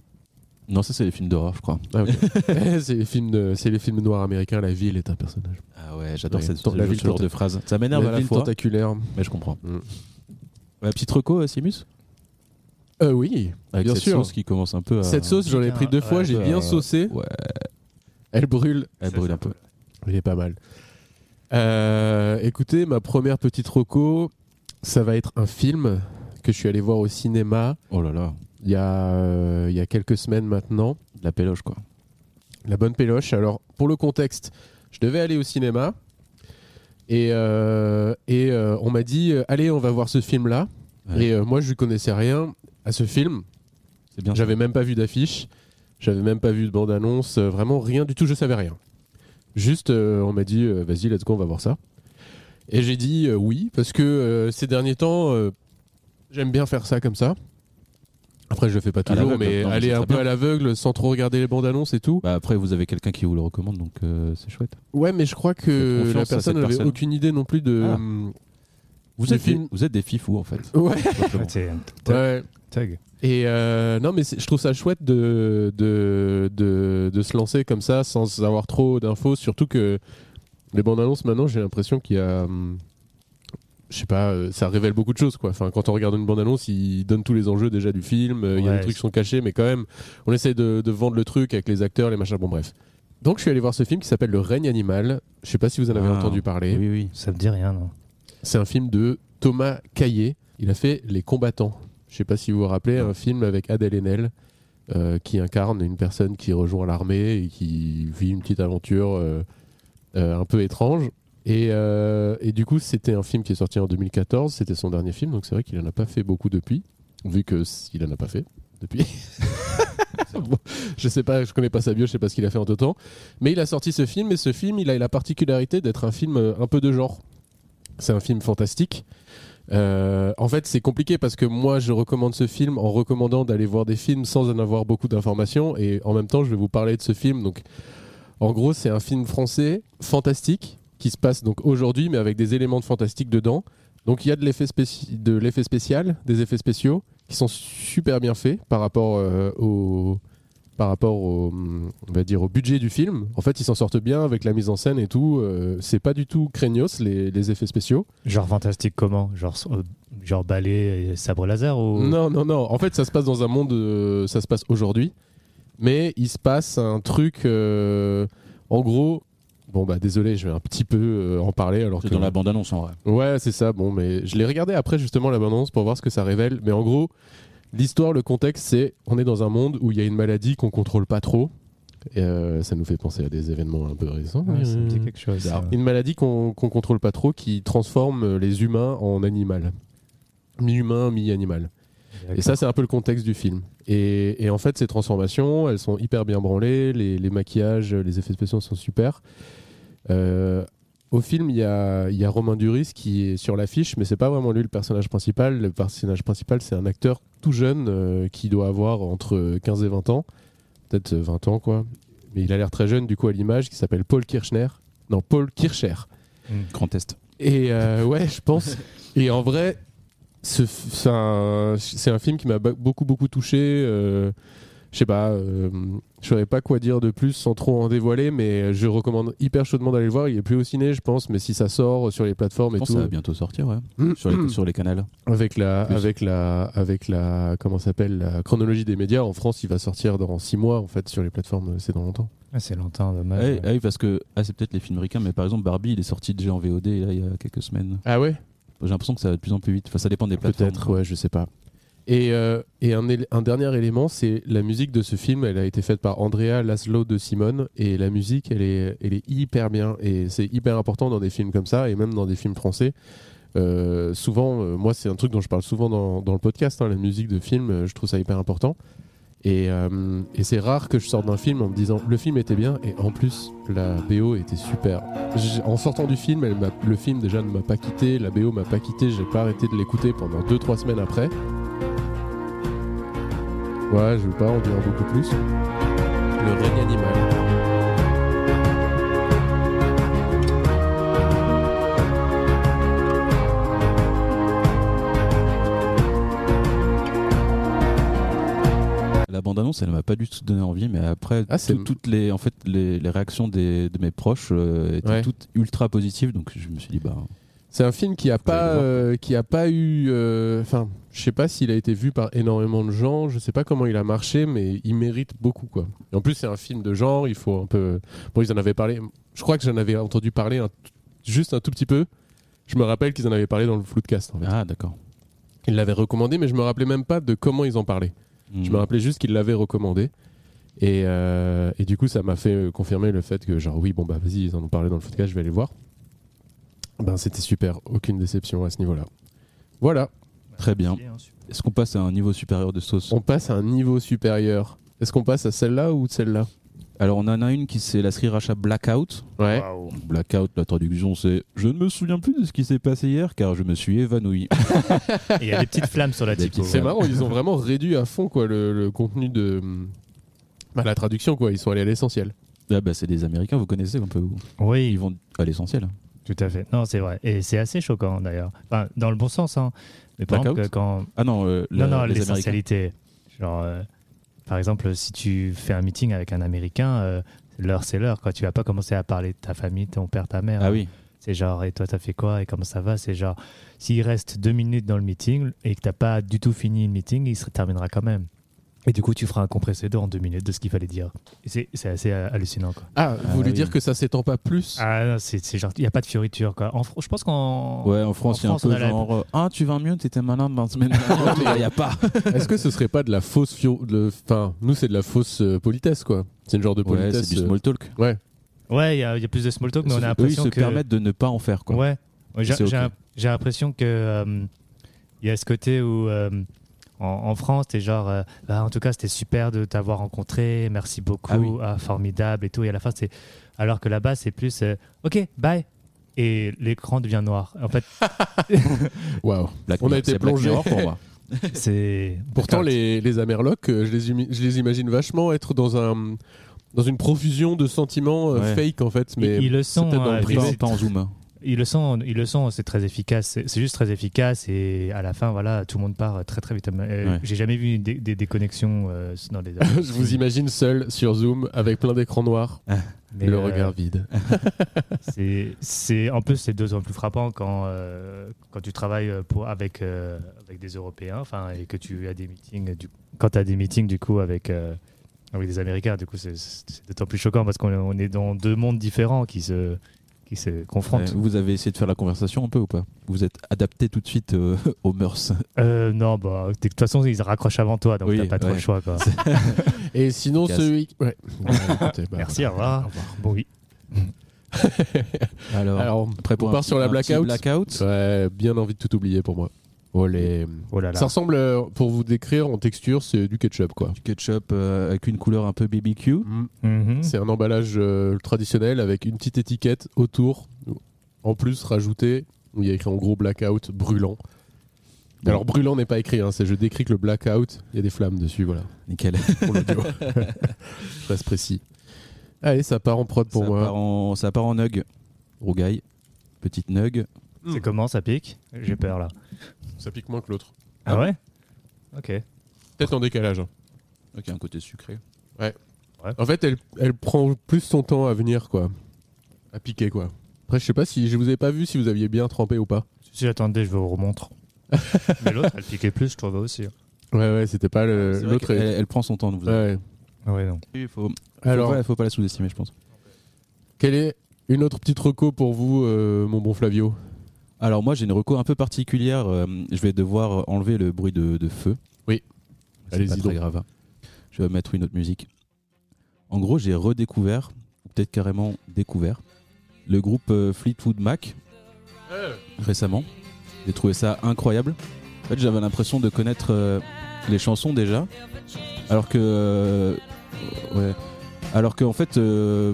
Non, ça c'est les films d'horreur, je crois. Ah, ok. Eh, c'est les films de- c'est les films noirs américains. La ville est un personnage. Ah ouais, j'adore Ouais. cette Tant- la ce ville genre de tenta- phrase. Ça m'énerve à la la ville fois, tentaculaire. mais je comprends. Mm. Ouais, petit reco, euh, Simus, Euh, oui, avec bien cette sûr. sauce qui commence un peu. À... Cette sauce, j'en ai pris deux Ouais, fois. j'ai ouais, bien ouais. saucé. ouais, Elle brûle. elle Ça, brûle ça un peu. Il est pas mal. Euh, écoutez, ma première petite reco, ça va être un film que je suis allé voir au cinéma Oh là là, il y a, euh, il y a quelques semaines maintenant. de la péloche quoi. La bonne péloche. Alors, pour le contexte, je devais aller au cinéma et, euh, et euh, on m'a dit euh, Allez, on va voir ce film-là. Ouais. Et euh, moi, je ne connaissais rien à ce film. C'est bien. J'avais même pas vu d'affiche, j'avais même pas vu de bande-annonce, euh, vraiment rien du tout, je savais rien. Juste, euh, on m'a dit euh, Vas-y, let's go, on va voir ça. Et j'ai dit euh, oui, parce que euh, ces derniers temps, euh, j'aime bien faire ça comme ça. Après, je le fais pas toujours, l'aveugle, mais non, mais aller c'est un très peu bien. à l'aveugle sans trop regarder les bandes annonces et tout. Bah après, vous avez quelqu'un qui vous le recommande, donc euh, c'est chouette. Ouais, mais je crois Faites que confiance la à cette personne n'avait personne. aucune idée non plus de. Ah. Vous Le êtes, des, film- vous êtes des fifous en fait. Ouais. simplement. C'est- Ouais. Tag. Et euh, non, mais c'est- je trouve ça chouette de, de, de, de se lancer comme ça sans avoir trop d'infos. Surtout que les bandes annonces, maintenant, j'ai l'impression qu'il y a. hum, Je sais pas, euh, ça révèle beaucoup de choses quoi. Enfin, quand on regarde une bande-annonce, ils donnent tous les enjeux déjà du film. euh, Il y a Ouais, des trucs c'est- qui sont cachés, mais quand même, on essaie de, de vendre le truc avec les acteurs, les machins. Bon, bref. Donc, je suis allé voir ce film qui s'appelle Le règne animal. Je sais pas si vous en avez Ah, entendu parler. Oui, oui. Ça me dit rien, non C'est un film de Thomas Caillé. Il a fait Les combattants. Je sais pas si vous vous rappelez, un film avec Adèle Haenel euh, qui incarne une personne qui rejoint l'armée et qui vit une petite aventure euh, euh, un peu étrange. Et, euh, et du coup, c'était un film qui est sorti en 2014. C'était son dernier film, donc c'est vrai qu'il en a pas fait beaucoup depuis, vu que s- il en a pas fait depuis. Bon, je sais pas, je connais pas sa bio, je sais pas ce qu'il a fait en tout temps. Mais il a sorti ce film et ce film, il a la particularité d'être un film euh, un peu de genre. C'est un film fantastique. Euh, en fait, c'est compliqué parce que moi, je recommande ce film en recommandant d'aller voir des films sans en avoir beaucoup d'informations. Et en même temps, je vais vous parler de ce film. Donc, en gros, c'est un film français fantastique qui se passe donc aujourd'hui, mais avec des éléments de fantastique dedans. Donc, il y a de l'effet spéci- de l'effet spécial, des effets spéciaux qui sont super bien faits par rapport euh, au par rapport au, hum, on va dire, au budget du film. En fait, ils s'en sortent bien avec la mise en scène et tout. Euh, c'est pas du tout craignos, les- les effets spéciaux. Genre fantastique comment Genre, euh, genre balai et sabre laser ou... Non, non, non. En fait, ça se passe dans un monde. euh, ça se passe aujourd'hui. Mais il se passe un truc. euh, en gros. Bon, bah, désolé, je vais un petit peu euh, en parler. alors que C'est dans la bande-annonce en vrai. Ouais, c'est ça. Bon, mais je l'ai regardé après, justement, l'abondance pour voir ce que ça révèle. Mais en gros, L'histoire, le contexte, c'est on est dans un monde où il y a une maladie qu'on contrôle pas trop. Et, euh, ça nous fait penser à des événements un peu récents. Ouais, Ah, ça me Euh, dit quelque chose. ça. Une maladie qu'on qu'on contrôle pas trop qui transforme euh, les humains en animal. Mi-humain, mi-animal. Et ça, c'est un peu le contexte du film. Et, et en fait, ces transformations, elles sont hyper bien branlées, les, les maquillages, les effets spéciaux sont super. Euh, au film, il y a, il y a Romain Duris qui est sur l'affiche, mais c'est pas vraiment lui le personnage principal. Le personnage principal, c'est un acteur tout jeune euh, qui doit avoir entre 15 et 20 ans. Peut-être 20 ans, quoi. Mais il a l'air très jeune, du coup, à l'image, qui s'appelle Paul Kirchner. Non, Paul Kircher. Grand test. Et euh, ouais, je pense. Et en vrai, ce f- c'est un, c'est un film qui m'a ba- beaucoup, beaucoup touché. euh, je sais pas, euh, je saurais pas quoi dire de plus sans trop en dévoiler, mais je recommande hyper chaudement d'aller le voir. Il est plus au ciné, je pense, mais si ça sort sur les plateformes Je et pense tout, Mm. que ça va bientôt sortir, ouais. sur, les, sur les canals. avec la, Plus. avec la, avec la, comment ça s'appelle, la chronologie des médias en France, il va sortir dans 6 mois en fait sur les plateformes, euh, c'est dans longtemps. Ah, c'est longtemps, Ah dommage. oui, ah oui, parce que ah, c'est peut-être les films ricains, mais par exemple Barbie, il est sorti déjà en VOD là, il y a quelques semaines. Ah ouais. J'ai l'impression que ça va de plus en plus vite. Enfin, ça dépend des plateformes. Peut-être, ouais, je sais pas. hein. Et, euh, et un, él- un dernier élément, c'est la musique de ce film. Elle a été faite par Andrea Laszlo de Simone et la musique, elle est, elle est hyper bien et c'est hyper important dans des films comme ça et même dans des films français. Euh, souvent, euh, moi, c'est un truc dont je parle souvent dans, dans le podcast. hein, la musique de film, euh, je trouve ça hyper important. Et, euh, et c'est rare que je sorte d'un film en me disant le film était bien et en plus la BO était super. J- En sortant du film, elle m'a- le film déjà ne m'a pas quitté, la BO m'a pas quitté, j'ai pas arrêté de l'écouter pendant 2-3 semaines après. Ouais, je veux pas en dire beaucoup plus. Le règne animal. La bande-annonce, elle m'a pas du tout donné envie, mais après, Ah, c'est- tout- toutes les, en fait, les, les réactions des, de mes proches euh, étaient Ouais. toutes ultra positives, donc je me suis dit, bah. C'est un film qui a pas, allez le voir. euh, qui a pas eu, euh, enfin, je sais pas s'il a été vu par énormément de gens, je sais pas comment il a marché, mais il mérite beaucoup quoi. Et en plus c'est un film de genre, il faut un peu. Bon ils en avaient parlé, je crois que j'en avais entendu parler un t- juste un tout petit peu. Je me rappelle qu'ils en avaient parlé dans le Floodcast en fait. Ah, d'accord. Ils l'avaient recommandé, mais je me rappelais même pas de comment ils en parlaient. Je me Hmm. rappelais juste qu'il l'avait recommandé. Et, euh, et du coup, ça m'a fait euh, confirmer le fait que, genre, oui, bon, bah vas-y, ils en ont parlé dans le podcast, je vais aller voir. Ben, c'était super, aucune déception à ce niveau-là. Voilà, Très bien. Merci, hein, super. Est-ce qu'on passe à un niveau supérieur de sauce on passe à un niveau supérieur. Est-ce qu'on passe à celle-là ou celle-là Alors, on en a une qui c'est la Sri Racha Blackout. Ouais. Waouh. Blackout, la traduction c'est Je ne me souviens plus de ce qui s'est passé hier car je me suis évanoui. Et Il y a des petites flammes sur la Des typo. petites C'est Ouais. marrant, ils ont vraiment réduit à fond quoi, le, le contenu de hum, bah, la traduction, quoi. Ils sont allés à l'essentiel. ah, bah, c'est des Américains, vous connaissez un peu. vous. Ils Oui, vont à l'essentiel. tout à fait. Non, c'est vrai. Et c'est assez choquant d'ailleurs. Enfin, dans le bon sens. Hein. Mais par Blackout exemple, quand. Ah non, euh, la- Non, non, les Américains. l'essentialité. Genre, euh, par exemple, si tu fais un meeting avec un Américain, euh, l'heure c'est l'heure. Quoi. Tu vas pas commencer à parler de ta famille, ton père, ta mère. Ah oui. C'est genre, et toi, t'as fait quoi et comment ça va C'est genre, s'il reste deux minutes dans le meeting et que t'as pas du tout fini le meeting, il se terminera quand même. Et du coup, tu feras un compressé d'eau en deux minutes de ce qu'il fallait dire. Et c'est c'est assez euh, hallucinant, quoi. Ah, vous voulez oui. dire que ça s'étend pas plus Ah non, c'est c'est genre, il n'y a pas de fioriture, quoi. En, Fr- je pense qu'en. Ouais, en France, en il y a un France, on peu a la- genre euh, Ah, tu vas mieux, t'étais malin dans la semaine dernière. Il n'y a pas. Est-ce que ce serait pas de la fausse. fio- de- Enfin, nous, c'est de la fausse euh, politesse, quoi. C'est le genre de Ouais, politesse. c'est du euh, small talk. Ouais, il y, a il y a plus de small talk, mais on a Eux, ils l'impression se que. permettent de ne pas en faire. Quoi. Ouais. Ouais, J'ai C'est ok. j'ai un- j'ai l'impression que euh, il y a ce côté où euh, en, en France, t'es genre, euh, Bah, en tout cas, c'était super de t'avoir rencontré, merci beaucoup, Ah ah, oui. formidable et tout. Et à la fin, c'est alors que là-bas, c'est plus, euh, ok, bye. Et l'écran devient noir. En fait, Waouh. Black On a Mirror, été c'est Black plongé. Mirror pour moi. c'est Pourtant, Blackout. les, les Amerlocs, euh, je les, imi- je les imagine vachement être dans un dans une profusion de sentiments euh, Ouais. fake en fait, mais Ils- ils le c'est sont, peut-être dans euh, le mais privé. Pas, c'est- pas en zoom. hein. ils le sont, ils le sont. C'est très efficace. C'est c'est juste très efficace. Et à la fin, voilà, tout le monde part très très vite. Euh, Ouais. J'ai jamais vu des, des, des connexions euh, dans les. Je vous imagine seul sur Zoom avec plein d'écrans noirs, Mais, le euh, regard vide. C'est- C'est en plus c'est d'autant plus frappant quand euh, quand tu travailles euh, pour avec euh, avec des Européens, enfin et que tu as des meetings euh, du quand tu as des meetings du coup avec euh, avec des Américains, du coup c'est c'est d'autant plus choquant parce qu'on est- on est dans deux mondes différents qui se qui se confrontent. Euh, vous avez essayé de faire la conversation un peu ou pas Vous êtes adapté tout de suite euh, aux mœurs. Euh, non, bah, de toute façon, ils se raccrochent avant toi, donc Oui, t'as pas trop ouais. le choix. quoi. Et sinon, Casse. ce week. Ouais. Ouais, écoutez, bah, Merci, au revoir. Bon, oui. Alors, hein. Alors, prêt pour on un part petit- sur la un petit blackout. blackout Ouais, bien envie de tout oublier pour moi. Oh, les... Oh là là. Ça ressemble, euh, pour vous décrire en texture, c'est du ketchup quoi. Du ketchup euh, avec une couleur un peu BBQ. Mm. Mhm. C'est un emballage euh, traditionnel avec une petite étiquette autour, en plus rajoutée, où il y a écrit en gros blackout brûlant. Alors brûlant n'est pas écrit, hein, c'est je décris que le blackout, il y a des flammes dessus, voilà, Nickel. pour l'audio. je reste précis. Allez, ça part en prod pour ça, moi. part en, ça part en nug. Rougaille. Petite nug. C'est comment ça pique J'ai peur là. Ça pique moins que l'autre. Ah ouais Ok. Peut-être en décalage. hein. Ok, un côté sucré. En fait, elle, elle prend plus son temps à venir, quoi. À piquer, quoi. Après, je sais pas si je vous ai pas vu si vous aviez bien trempé ou pas. Si attendez, je vous remontre. Mais l'autre, elle piquait plus, je trouvais aussi. hein. Ouais, ouais, c'était pas le- l'autre. elle, est- elle prend son temps. Vous avez Ouais. Ouais, non. vu, faut, Alors, faut, pas, faut pas la sous-estimer, je pense. Quelle est une autre petite reco pour vous, euh, mon bon Flavio Alors moi j'ai une reco un peu particulière. euh, je vais devoir enlever le bruit de, de feu. Oui. C'est Allez-y pas très donc. grave. hein. Je vais mettre une autre musique. En gros j'ai redécouvert, ou peut-être carrément découvert, le groupe euh, Fleetwood Mac Euh. récemment. J'ai trouvé ça incroyable. En fait j'avais l'impression de connaître euh, les chansons déjà, alors que euh, ouais, alors que en fait euh,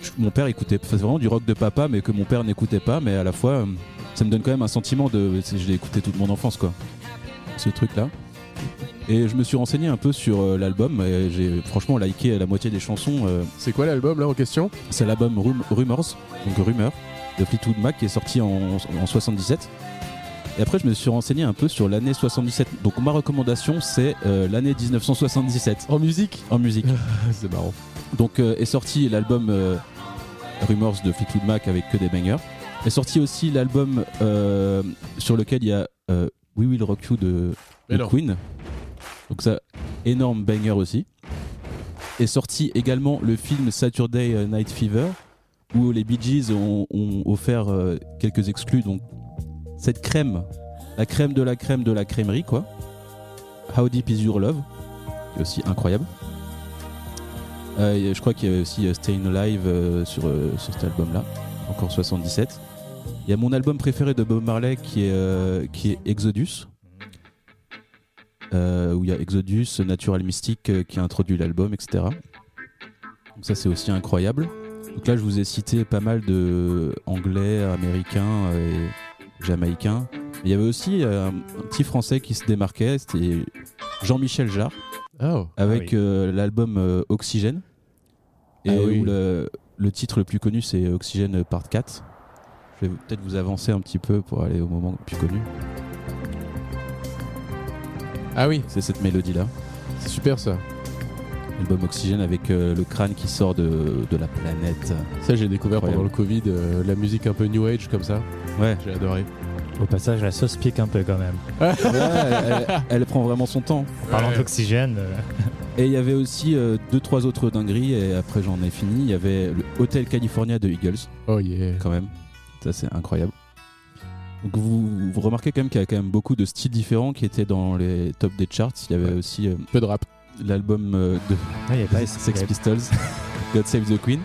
je- mon père écoutait c'est vraiment du rock de papa, mais que mon père n'écoutait pas, mais à la fois euh, ça me donne quand même un sentiment de c'est- je l'ai écouté toute mon enfance quoi ce truc là et je me suis renseigné un peu sur euh, l'album et j'ai franchement liké la moitié des chansons euh, C'est quoi l'album là en question c'est l'album Rum- Rumors donc Rumeur de Fleetwood Mac qui est sorti en, en 77 et après je me suis renseigné un peu sur l'année 77 donc ma recommandation c'est euh, l'année 1977 En musique en musique Ah, C'est marrant. donc euh, est sorti l'album euh, Rumors de Fleetwood Mac avec que des bangers. Est sorti aussi l'album euh, sur lequel il y a euh, We Will Rock You de, Mais de non. Queen. Donc ça, énorme banger aussi. Est sorti également le film Saturday euh, Night Fever où les Bee Gees ont, ont offert euh, quelques exclus. Donc cette crème, la crème de la crème de la crèmerie quoi. How Deep Is Your Love, qui est aussi incroyable. Euh, et je crois qu'il y avait aussi euh, Stayin' Alive euh, sur, euh, sur cet album-là, encore 77. Il y a mon album préféré de Bob Marley qui est, euh, qui est Exodus, euh, où il y a Exodus, Natural Mystic euh, qui a introduit l'album, etc. Donc ça c'est aussi incroyable. Donc là je vous ai cité pas mal de anglais, américains euh, et jamaïcains. Mais il y avait aussi euh, un petit français qui se démarquait, c'était Jean-Michel Jarre Oh. avec Ah oui. euh, l'album euh, Oxygène. Et Ah oui. où le, le titre le plus connu, c'est euh, Oxygène Part 4. Je vais peut-être vous avancer un petit peu pour aller au moment le plus connu. Ah oui, C'est cette mélodie-là. c'est super ça. L'album Oxygène avec euh, le crâne qui sort de, de la planète. Ça, j'ai découvert pendant Incroyable. le Covid euh, la musique un peu new age comme ça. Ouais. J'ai adoré. Au passage, la sauce pique un peu quand même. elle, elle- elle prend vraiment son temps. En parlant d'oxygène, euh, Et il y avait aussi euh, deux, trois autres dingueries. Et après, j'en ai fini. Il y avait le Hotel California de Eagles. Oh yeah. quand même. Ça, c'est incroyable. Donc vous, vous remarquez quand même qu'il y a quand même beaucoup de styles différents qui étaient dans les tops des charts. Il y avait aussi euh, Peu de rap. l'album euh, de il n'y a pas il y Sex a- Pistols, God Save the Queen.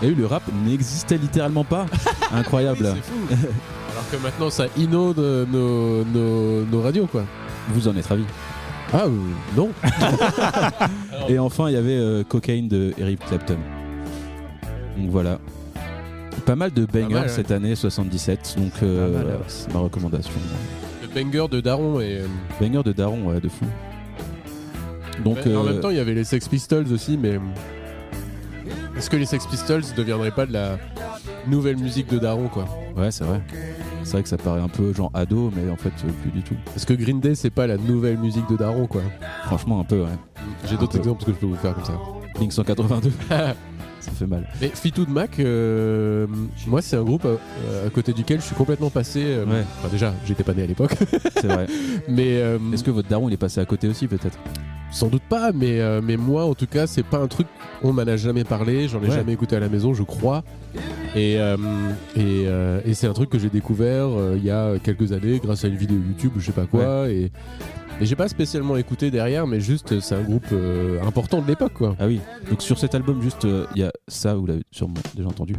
Et oui, le rap n'existait littéralement pas. Incroyable. Alors que maintenant, ça inonde euh, nos, nos, nos radios quoi. Vous en êtes ravis. Ah euh, non Et enfin, il y avait euh, Cocaine de Eric Clapton. Donc voilà. Pas mal de bangers mal, ouais. cette année 77. Donc euh, Pas mal, ouais. voilà, c'est ma recommandation. Le banger de Daron et. euh, Banger de Daron, ouais, de fou. Donc, mais En euh, même temps, il y avait les Sex Pistols aussi, mais. euh, Est-ce que les Sex Pistols ne deviendraient pas de la nouvelle musique de Daron quoi ouais, c'est vrai. C'est vrai que ça paraît un peu genre ado, mais en fait, euh, plus du tout. Parce que Green Day, c'est pas la nouvelle musique de Daron, quoi. Franchement, un peu, ouais. J'ai d'autres Un peu. exemples que je peux vous faire comme ça. Blink 182. ça fait mal. Mais Fleetwood Mac, euh, moi, c'est un groupe euh, à côté duquel je suis complètement passé. euh, Ouais, Enfin, déjà, j'étais pas né à l'époque. c'est vrai. Mais euh, Est-ce que votre daron, il est passé à côté aussi, peut-être Sans doute pas, mais, euh, mais moi en tout cas, c'est pas un truc. On m'en a jamais parlé, j'en ai Ouais. jamais écouté à la maison, je crois. Et, euh, et, euh, et c'est un truc que j'ai découvert euh, il y a quelques années grâce à une vidéo YouTube ou je sais pas quoi. Et, et j'ai pas spécialement écouté derrière, mais juste euh, c'est un groupe euh, important de l'époque quoi. Ah oui, donc sur cet album, juste, euh, il y a ça, vous l'avez sûrement déjà entendu,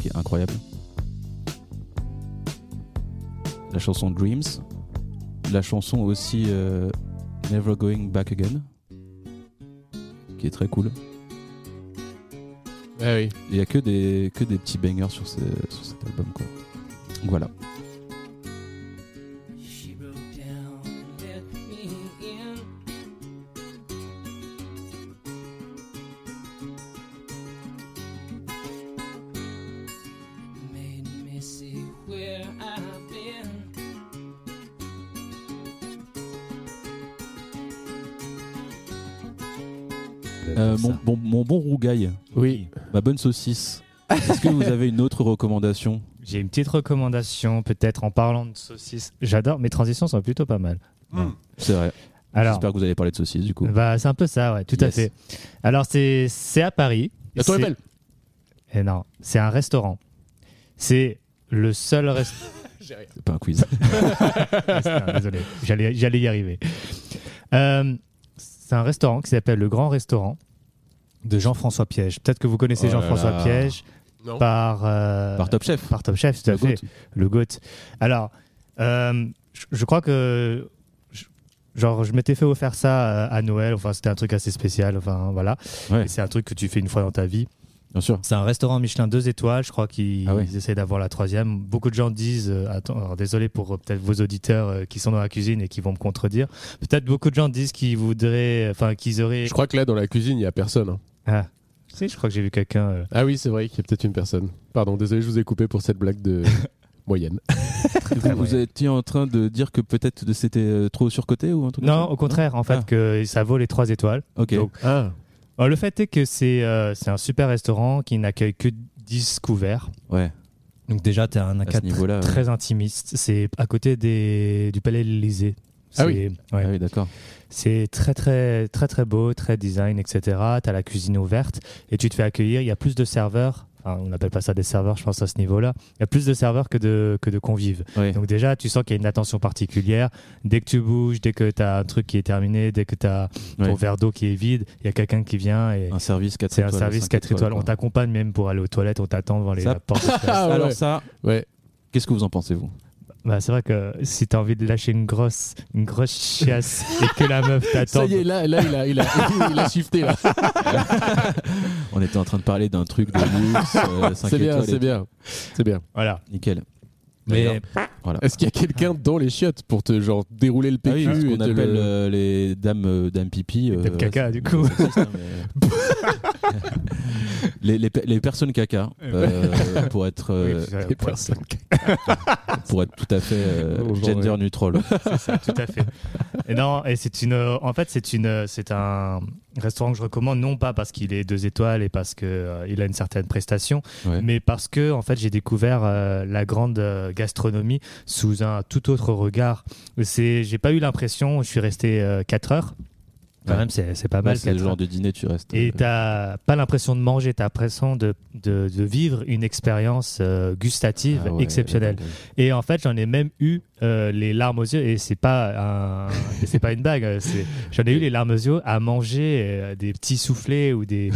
qui est incroyable. La chanson Dreams. La chanson aussi euh, Never Going Back Again, qui est très cool. Ah oui. Il y a que des, que des petits bangers sur, ce- sur cet album, quoi. Donc Voilà. She broke down and let me in. Made me see where I've been. Euh, mon, bon, mon bon rougail, Oui. ma bonne saucisse. Est-ce que vous avez une autre recommandation J'ai une petite recommandation, peut-être en parlant de saucisses. J'adore, mes transitions sont plutôt pas mal. C'est vrai. Alors, J'espère que vous allez parler de saucisse, du coup. bah, c'est un peu ça, ouais, tout à Yes. fait. Alors, c'est c'est à Paris. La Tour C'est- Eiffel. Eh non, c'est un restaurant. C'est le seul restaurant. C'est pas un quiz. euh, Ah, désolé, j'allais j'allais y arriver. Euh, c'est un restaurant qui s'appelle le Grand Restaurant de Jean-François Piège. Peut-être que vous connaissez Oh là là. Jean-François Piège Non. par, euh, Par Top Chef. par Top Chef, tout à Le fait. GOAT. Le GOAT. Alors, euh, je, je crois que. je- Genre, je m'étais fait offert ça euh, à Noël, enfin, c'était un truc assez spécial, enfin, voilà. Ouais. Et C'est un truc que tu fais une fois dans ta vie. Bien sûr. C'est un restaurant Michelin 2 étoiles, je crois qu'ils Ah ouais. essaient d'avoir la troisième. Beaucoup de gens disent, euh, attends, alors désolé pour euh, peut-être vos auditeurs euh, qui sont dans la cuisine et qui vont me contredire, peut-être beaucoup de gens disent qu'ils voudraient, enfin qu'ils auraient... Je crois que là dans la cuisine il y a personne. hein. Ah. Si, je crois que j'ai vu quelqu'un... euh, Ah oui, c'est vrai qu'il y a peut-être une personne. Pardon, désolé, je vous ai coupé pour cette blague de moyenne. Du coup, vous étiez en train de dire que peut-être c'était euh, trop surcoté ou un truc comme Non, ça au contraire, en fait, Ah. que ça vaut les trois étoiles. Ok. Donc, Ah. Alors, le fait est que c'est euh, c'est un super restaurant qui n'accueille que 10 couverts. ouais. Donc déjà, tu as un cadre niveau-là, ouais. très intimiste. C'est à côté des, du Palais de l'Élysée. Ah C'est- oui. ouais. Ah oui, d'accord. C'est très très très très beau, très design, etc. T'as la cuisine ouverte et tu te fais accueillir. Il y a plus de serveurs. Enfin, on n'appelle pas ça des serveurs, je pense à ce niveau-là. Il y a plus de serveurs que de que de convives. Ouais. Donc déjà, tu sens qu'il y a une attention particulière. Dès que tu bouges, dès que t'as un truc qui est terminé, dès que t'as ton Ouais. verre d'eau qui est vide, il y a quelqu'un qui vient et Un service 4 c'est étoiles. un service Ah, cinq 4 étoiles. On quoi. t'accompagne même pour aller aux toilettes, on t'attend devant les Ça- la porte. Ah ouais. Alors ça, Ouais. qu'est-ce que vous en pensez vous bah, c'est vrai que si t'as envie de lâcher une grosse une grosse chiasse et que la meuf t'attend. Ça y est, là, là il, a, il, a, il a shifté. Là. On était en train de parler d'un truc de luxe, euh, 5 C'est bien, étoiles. et c'est bien. C'est bien. Voilà. tout. Nickel. Mais euh, Est-ce qu'il y a quelqu'un dans les chiottes pour te genre dérouler le Ah PQ oui, ce et qu'on te appelle le- euh, les dames, euh, dames pipi. euh, dames caca, c'est- du c'est coup. sexiste, hein, mais- les, les pe- les personnes caca, euh, pour être euh, Eh ben. Oui, c'est- les personnes pour être tout à fait euh, Bon, genre, gender neutral. tout à fait. Et non, et c'est une. euh, En fait, c'est une. euh, C'est un restaurant que je recommande, non pas parce qu'il est deux étoiles et parce que euh, il a une certaine prestation, Ouais. mais parce que en fait, j'ai découvert euh, la grande euh, gastronomie sous un tout autre regard. C'est. J'ai pas eu l'impression. Je suis resté 4 heures. Quand Ouais. même, c'est c'est pas Là, mal. c'est le quatre genre heures. de dîner, tu restes. Et euh, t'as pas l'impression de manger, t'as l'impression de, de, de vivre une expérience euh, gustative ah ouais, exceptionnelle. ouais, ouais. Et en fait, j'en ai même eu euh, les larmes aux yeux. Et c'est pas un- et c'est pas une bague. euh, c'est- J'en ai eu les larmes aux yeux à manger euh, des petits soufflets ou des.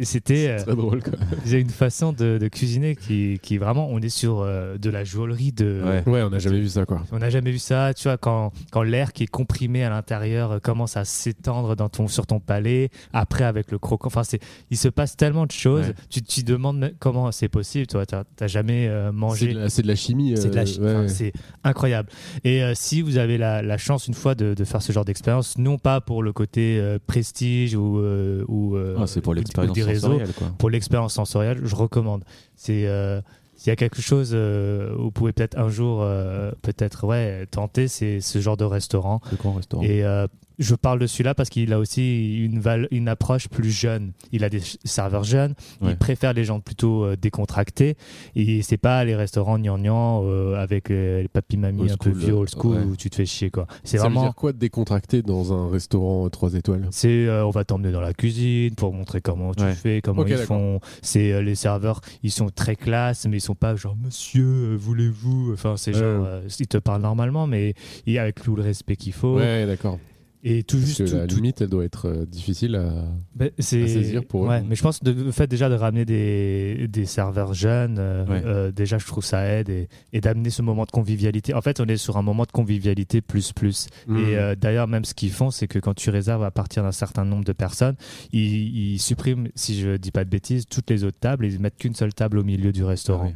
et C'était. euh, Très drôle quoi. ils avaient une façon de, de cuisiner qui, qui vraiment. On est sur euh, de la jouerie de. Ouais. Ouais, on n'a jamais vu ça quoi. On n'a jamais vu ça, tu vois, quand, quand l'air qui est comprimé à l'intérieur euh, commence à s'étendre dans ton, sur ton palais, après avec le croquant, enfin, c'est, il se passe tellement de choses, Ouais. tu tu te demandes même comment c'est possible, tu vois, t'as t'as jamais euh, C'est mangé de, la- c'est de la chimie. c'est de euh, la chi- ouais. enfin, c'est incroyable. Et euh, si vous avez la, la chance une fois de, de faire ce genre d'expérience, non pas pour le côté euh, prestige ou, euh, ou euh, Ah, c'est ou pour des- l'expérience ou des réseaux, sensorielle, quoi. pour l'expérience sensorielle, je recommande. C'est euh, s'il y a quelque chose euh, où vous pouvez peut-être un jour euh, peut-être ouais tenter, c'est ce genre de restaurant. Le grand restaurant. Et euh, je parle de celui-là parce qu'il a aussi une, val- une approche plus jeune. Il a des ch- serveurs jeunes, Ouais. il préfère les gens plutôt euh, décontractés. Et c'est pas les restaurants gnangnan euh, avec euh, les papy-mamie Old un peu school, vieux, old school, ouais. où tu te fais chier. quoi. C'est Ça veut vraiment. dire quoi de décontracté dans un restaurant 3 étoiles C'est euh, on va t'emmener dans la cuisine pour montrer comment tu Ouais. fais, comment Ok, ils d'accord. font. C'est euh, les serveurs, ils sont très classe, mais ils sont pas genre monsieur, euh, voulez-vous. Enfin, c'est Ouais. genre euh, ils te parlent normalement, mais et avec tout le respect qu'il faut. Ouais, d'accord. Et tout Parce que Oh. juste la tout- tout- limite, elle doit être euh, difficile à. ben, c'est à saisir pour eux. Ouais, mais je pense de, le fait déjà de ramener des, des serveurs jeunes, euh, Ouais. euh, déjà je trouve ça aide et, et d'amener ce moment de convivialité. En fait, on est sur un moment de convivialité plus plus. Mm. Hmm. Et euh, d'ailleurs, même ce qu'ils font, c'est que quand tu réserves à partir d'un certain nombre de personnes, ils, ils suppriment, si je dis pas de bêtises, toutes les autres tables et ils mettent qu'une seule table au milieu du Ah restaurant.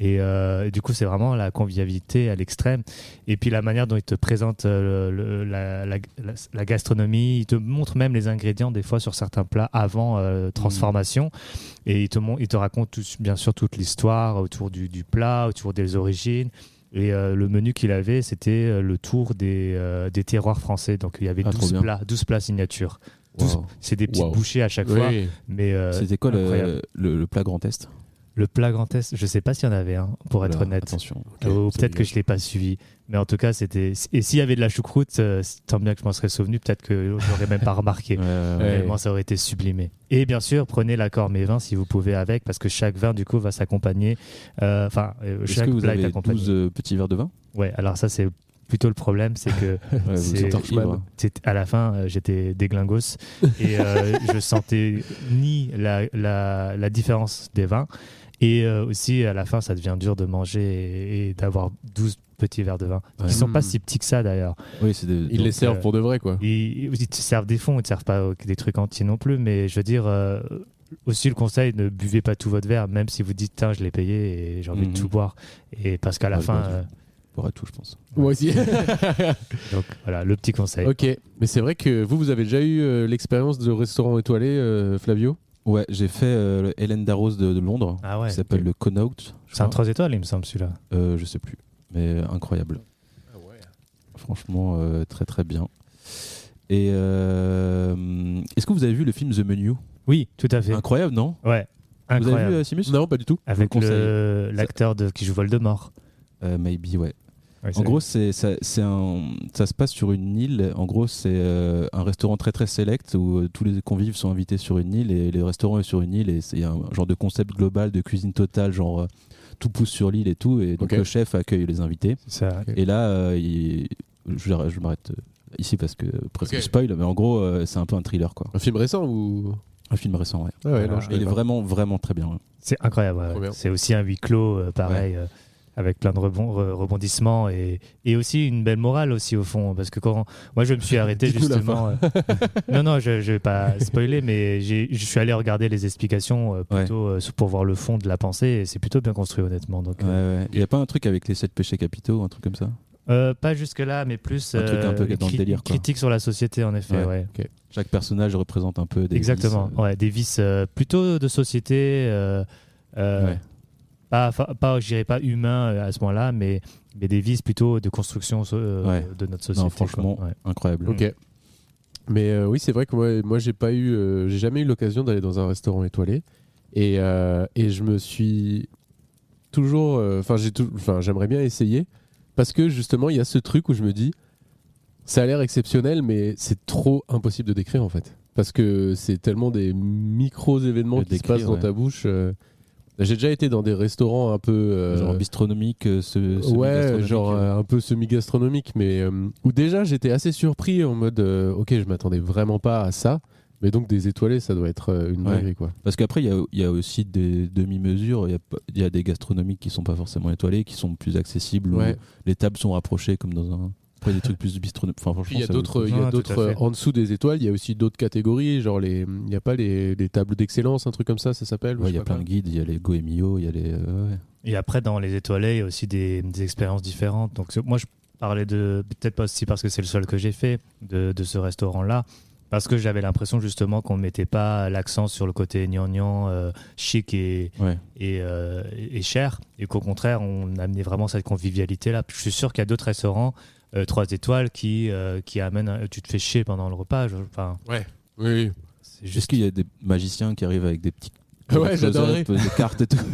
Et, euh, et du coup, c'est vraiment la convivialité à l'extrême. Et puis la manière dont ils te présentent euh, le- la, la- la- la gastronomie, ils te montrent même les ingrédients des fois sur certains plats avant euh, transformation. Mmh. Et ils te, mon- ils te racontent tous- bien sûr toute l'histoire autour du, du plat, autour des origines. Et euh, le menu qu'il avait, c'était euh, le tour des, euh, des terroirs français. Donc il y avait Ah, trop 12 bien. plats, 12 plats signatures. Tous- Wow. C'est des petites Wow. bouchées à chaque fois. Oui. Mais euh, C'était quoi incroyable. le, le- le plat Grand Est le plat grand test Je sais pas s'il y en avait un, pour être Oula, honnête. Attention. Ok, Ou ça peut-être me que je l'ai pas suivi. Mais en tout cas, c'était. Et s'il y avait de la choucroute, euh, tant bien que je m'en serais souvenu, peut-être que je l'aurais même pas remarqué. Euh, Ouais. Tellement ça aurait été sublimé. Et bien sûr, prenez l'accord mes vins si vous pouvez avec, parce que chaque vin, du coup, va s'accompagner. euh, Enfin, euh, Est-ce chaque que vous plat est avez accompagné. 12 euh, petits verres de vin Ouais, alors ça, c'est plutôt le problème, c'est que Ouais, vous C'est- êtes hein. Torchman. ivre. c'est- à la fin, euh, j'étais déglingos et euh, je sentais ni la, la, la différence des vins et euh, aussi à la fin, ça devient dur de manger et, et d'avoir 12 petits verres de vin. Ouais. Hmm. Ils sont Mm. pas si petits que ça d'ailleurs. Oui, c'est des- Ils les Donc, servent euh, pour de vrai, quoi. Ils, ils te servent des fonds, ils te servent pas euh, des trucs entiers non plus, mais je veux dire. euh, aussi le conseil, ne buvez pas tout votre verre, même si vous dites, tiens, je l'ai payé et j'ai envie Mhm. de tout boire. Et parce qu'à la Ouais, fin, bon, euh, pour être tout, je pense. Moi aussi. donc euh, voilà, le petit conseil. ok. Mais c'est vrai que vous, vous avez déjà eu euh, l'expérience de restaurant étoilé, euh, Flavio Ouais, j'ai fait euh, le Hélène Darroze de, de Londres, Ah ouais, qui s'appelle le Connaught. je c'est un crois. 3 étoiles, il me semble, celui-là. Euh, Je sais plus, mais incroyable. Franchement, euh, très très bien. Et euh, est-ce que vous avez vu le film The Menu Oui, tout à fait. Incroyable, non ouais, Vous avez incroyable. vu euh, Simus Non, pas du tout. Avec vous le le- l'acteur de qui joue Voldemort. Euh, Maybe, ouais. Ouais, c'est- En gros, c'est ça, c'est un, ça se passe sur une île. En gros, c'est euh, un restaurant très très select où euh, tous les convives sont invités sur une île et le restaurant est sur une île et c'est un genre de concept global de cuisine totale, genre euh, tout pousse sur l'île et tout. Et donc Ok. le chef accueille les invités. c'est ça. Et là, euh, il- je, je m'arrête euh, ici parce que presque Ok. spoil, mais en gros, euh, c'est un peu un thriller quoi. Un film récent ou Un film récent, ouais. Ah ouais, non, Voilà. Et je Il connais est pas. vraiment vraiment très bien. ouais. C'est incroyable. ouais, Trop ouais. bien. C'est aussi un huis clos, euh, pareil, euh, avec plein de rebond- re- rebondissements et, et aussi une belle morale aussi au fond. Parce que quand moi je me suis arrêté Dis-nous la justement. euh, non non, je, je vais pas spoiler, mais j'ai- je suis allé regarder les explications euh, plutôt euh, pour voir le fond de la pensée. Et c'est plutôt bien construit honnêtement. Donc Ouais, euh, ouais. Il n'y a pas un truc avec les sept péchés capitaux, un truc comme ça euh, pas jusque là, mais plus Un truc un peu une dans le délire, quoi. critique sur la société en effet. Ouais. ouais. Chaque personnage représente un peu des. Exactement, vices, euh, ouais, des vices euh, plutôt de société, euh, euh, ouais. pas, fa- pas je dirais pas humain euh, à ce moment-là, mais, mais des vices plutôt de construction so- euh, Ouais. de notre société. Non, franchement, quoi. Ouais. incroyable. Ok. Mais euh, oui, c'est vrai que moi, moi j'ai pas eu, euh, j'ai jamais eu l'occasion d'aller dans un restaurant étoilé, et, euh, et je me suis toujours, euh, enfin j'ai tou- enfin j'aimerais bien essayer parce que justement il y a ce truc où je me dis, ça a l'air exceptionnel, mais c'est trop impossible de décrire en fait, parce que c'est tellement des micros événements De qui se décrire, passent dans ouais. ta bouche. euh. j'ai déjà été dans des restaurants un peu euh, Genre bistronomique, euh, ce, ce ouais, gastronomique, genre euh, euh, un peu semi-gastronomique, mais euh, où déjà j'étais assez surpris en mode euh, ok, je m'attendais vraiment pas à ça, mais donc des étoilés, ça doit être euh, une Ouais. dinguerie quoi. Parce qu'après, il y a, il y a aussi des demi-mesures. Il y a pas- il y, a des gastronomiques qui sont pas forcément étoilés, qui sont plus accessibles. où Ouais. les tables sont rapprochées comme dans un. Après, des trucs plus bistronomiques. Enfin, franchement, Puis il y a ça vaut le d'autres, coup. il y Ouais, Ah, tout a à d'autres euh, fait. en dessous des étoiles, il y a aussi d'autres catégories, genre les, il n'y a pas les, les tables d'excellence, un truc comme ça, ça s'appelle. ou Ouais, euh, je il y a sais pas plein de guides. Il y a les Goemio, il y a les. euh, ouais. Et après, dans les étoilés, il y a aussi des, des expériences différentes. Donc, c'est- moi, je parlais de, peut-être pas aussi parce que c'est le seul que j'ai fait, de, de ce restaurant-là, parce que j'avais l'impression justement qu'on ne mettait pas l'accent sur le côté gnangnan, euh, chic et, Ouais. et, euh, et cher, et qu'au contraire, on amenait vraiment cette convivialité-là. Je suis sûr qu'il y a d'autres restaurants euh, trois étoiles qui, euh, qui amène. un- Tu te fais chier pendant le repas. je- Enfin, Oui. c'est Juste juste. qu'il y a des magiciens qui arrivent avec des petits. Ouais, close-up, j'adorerais. Des cartes et tout.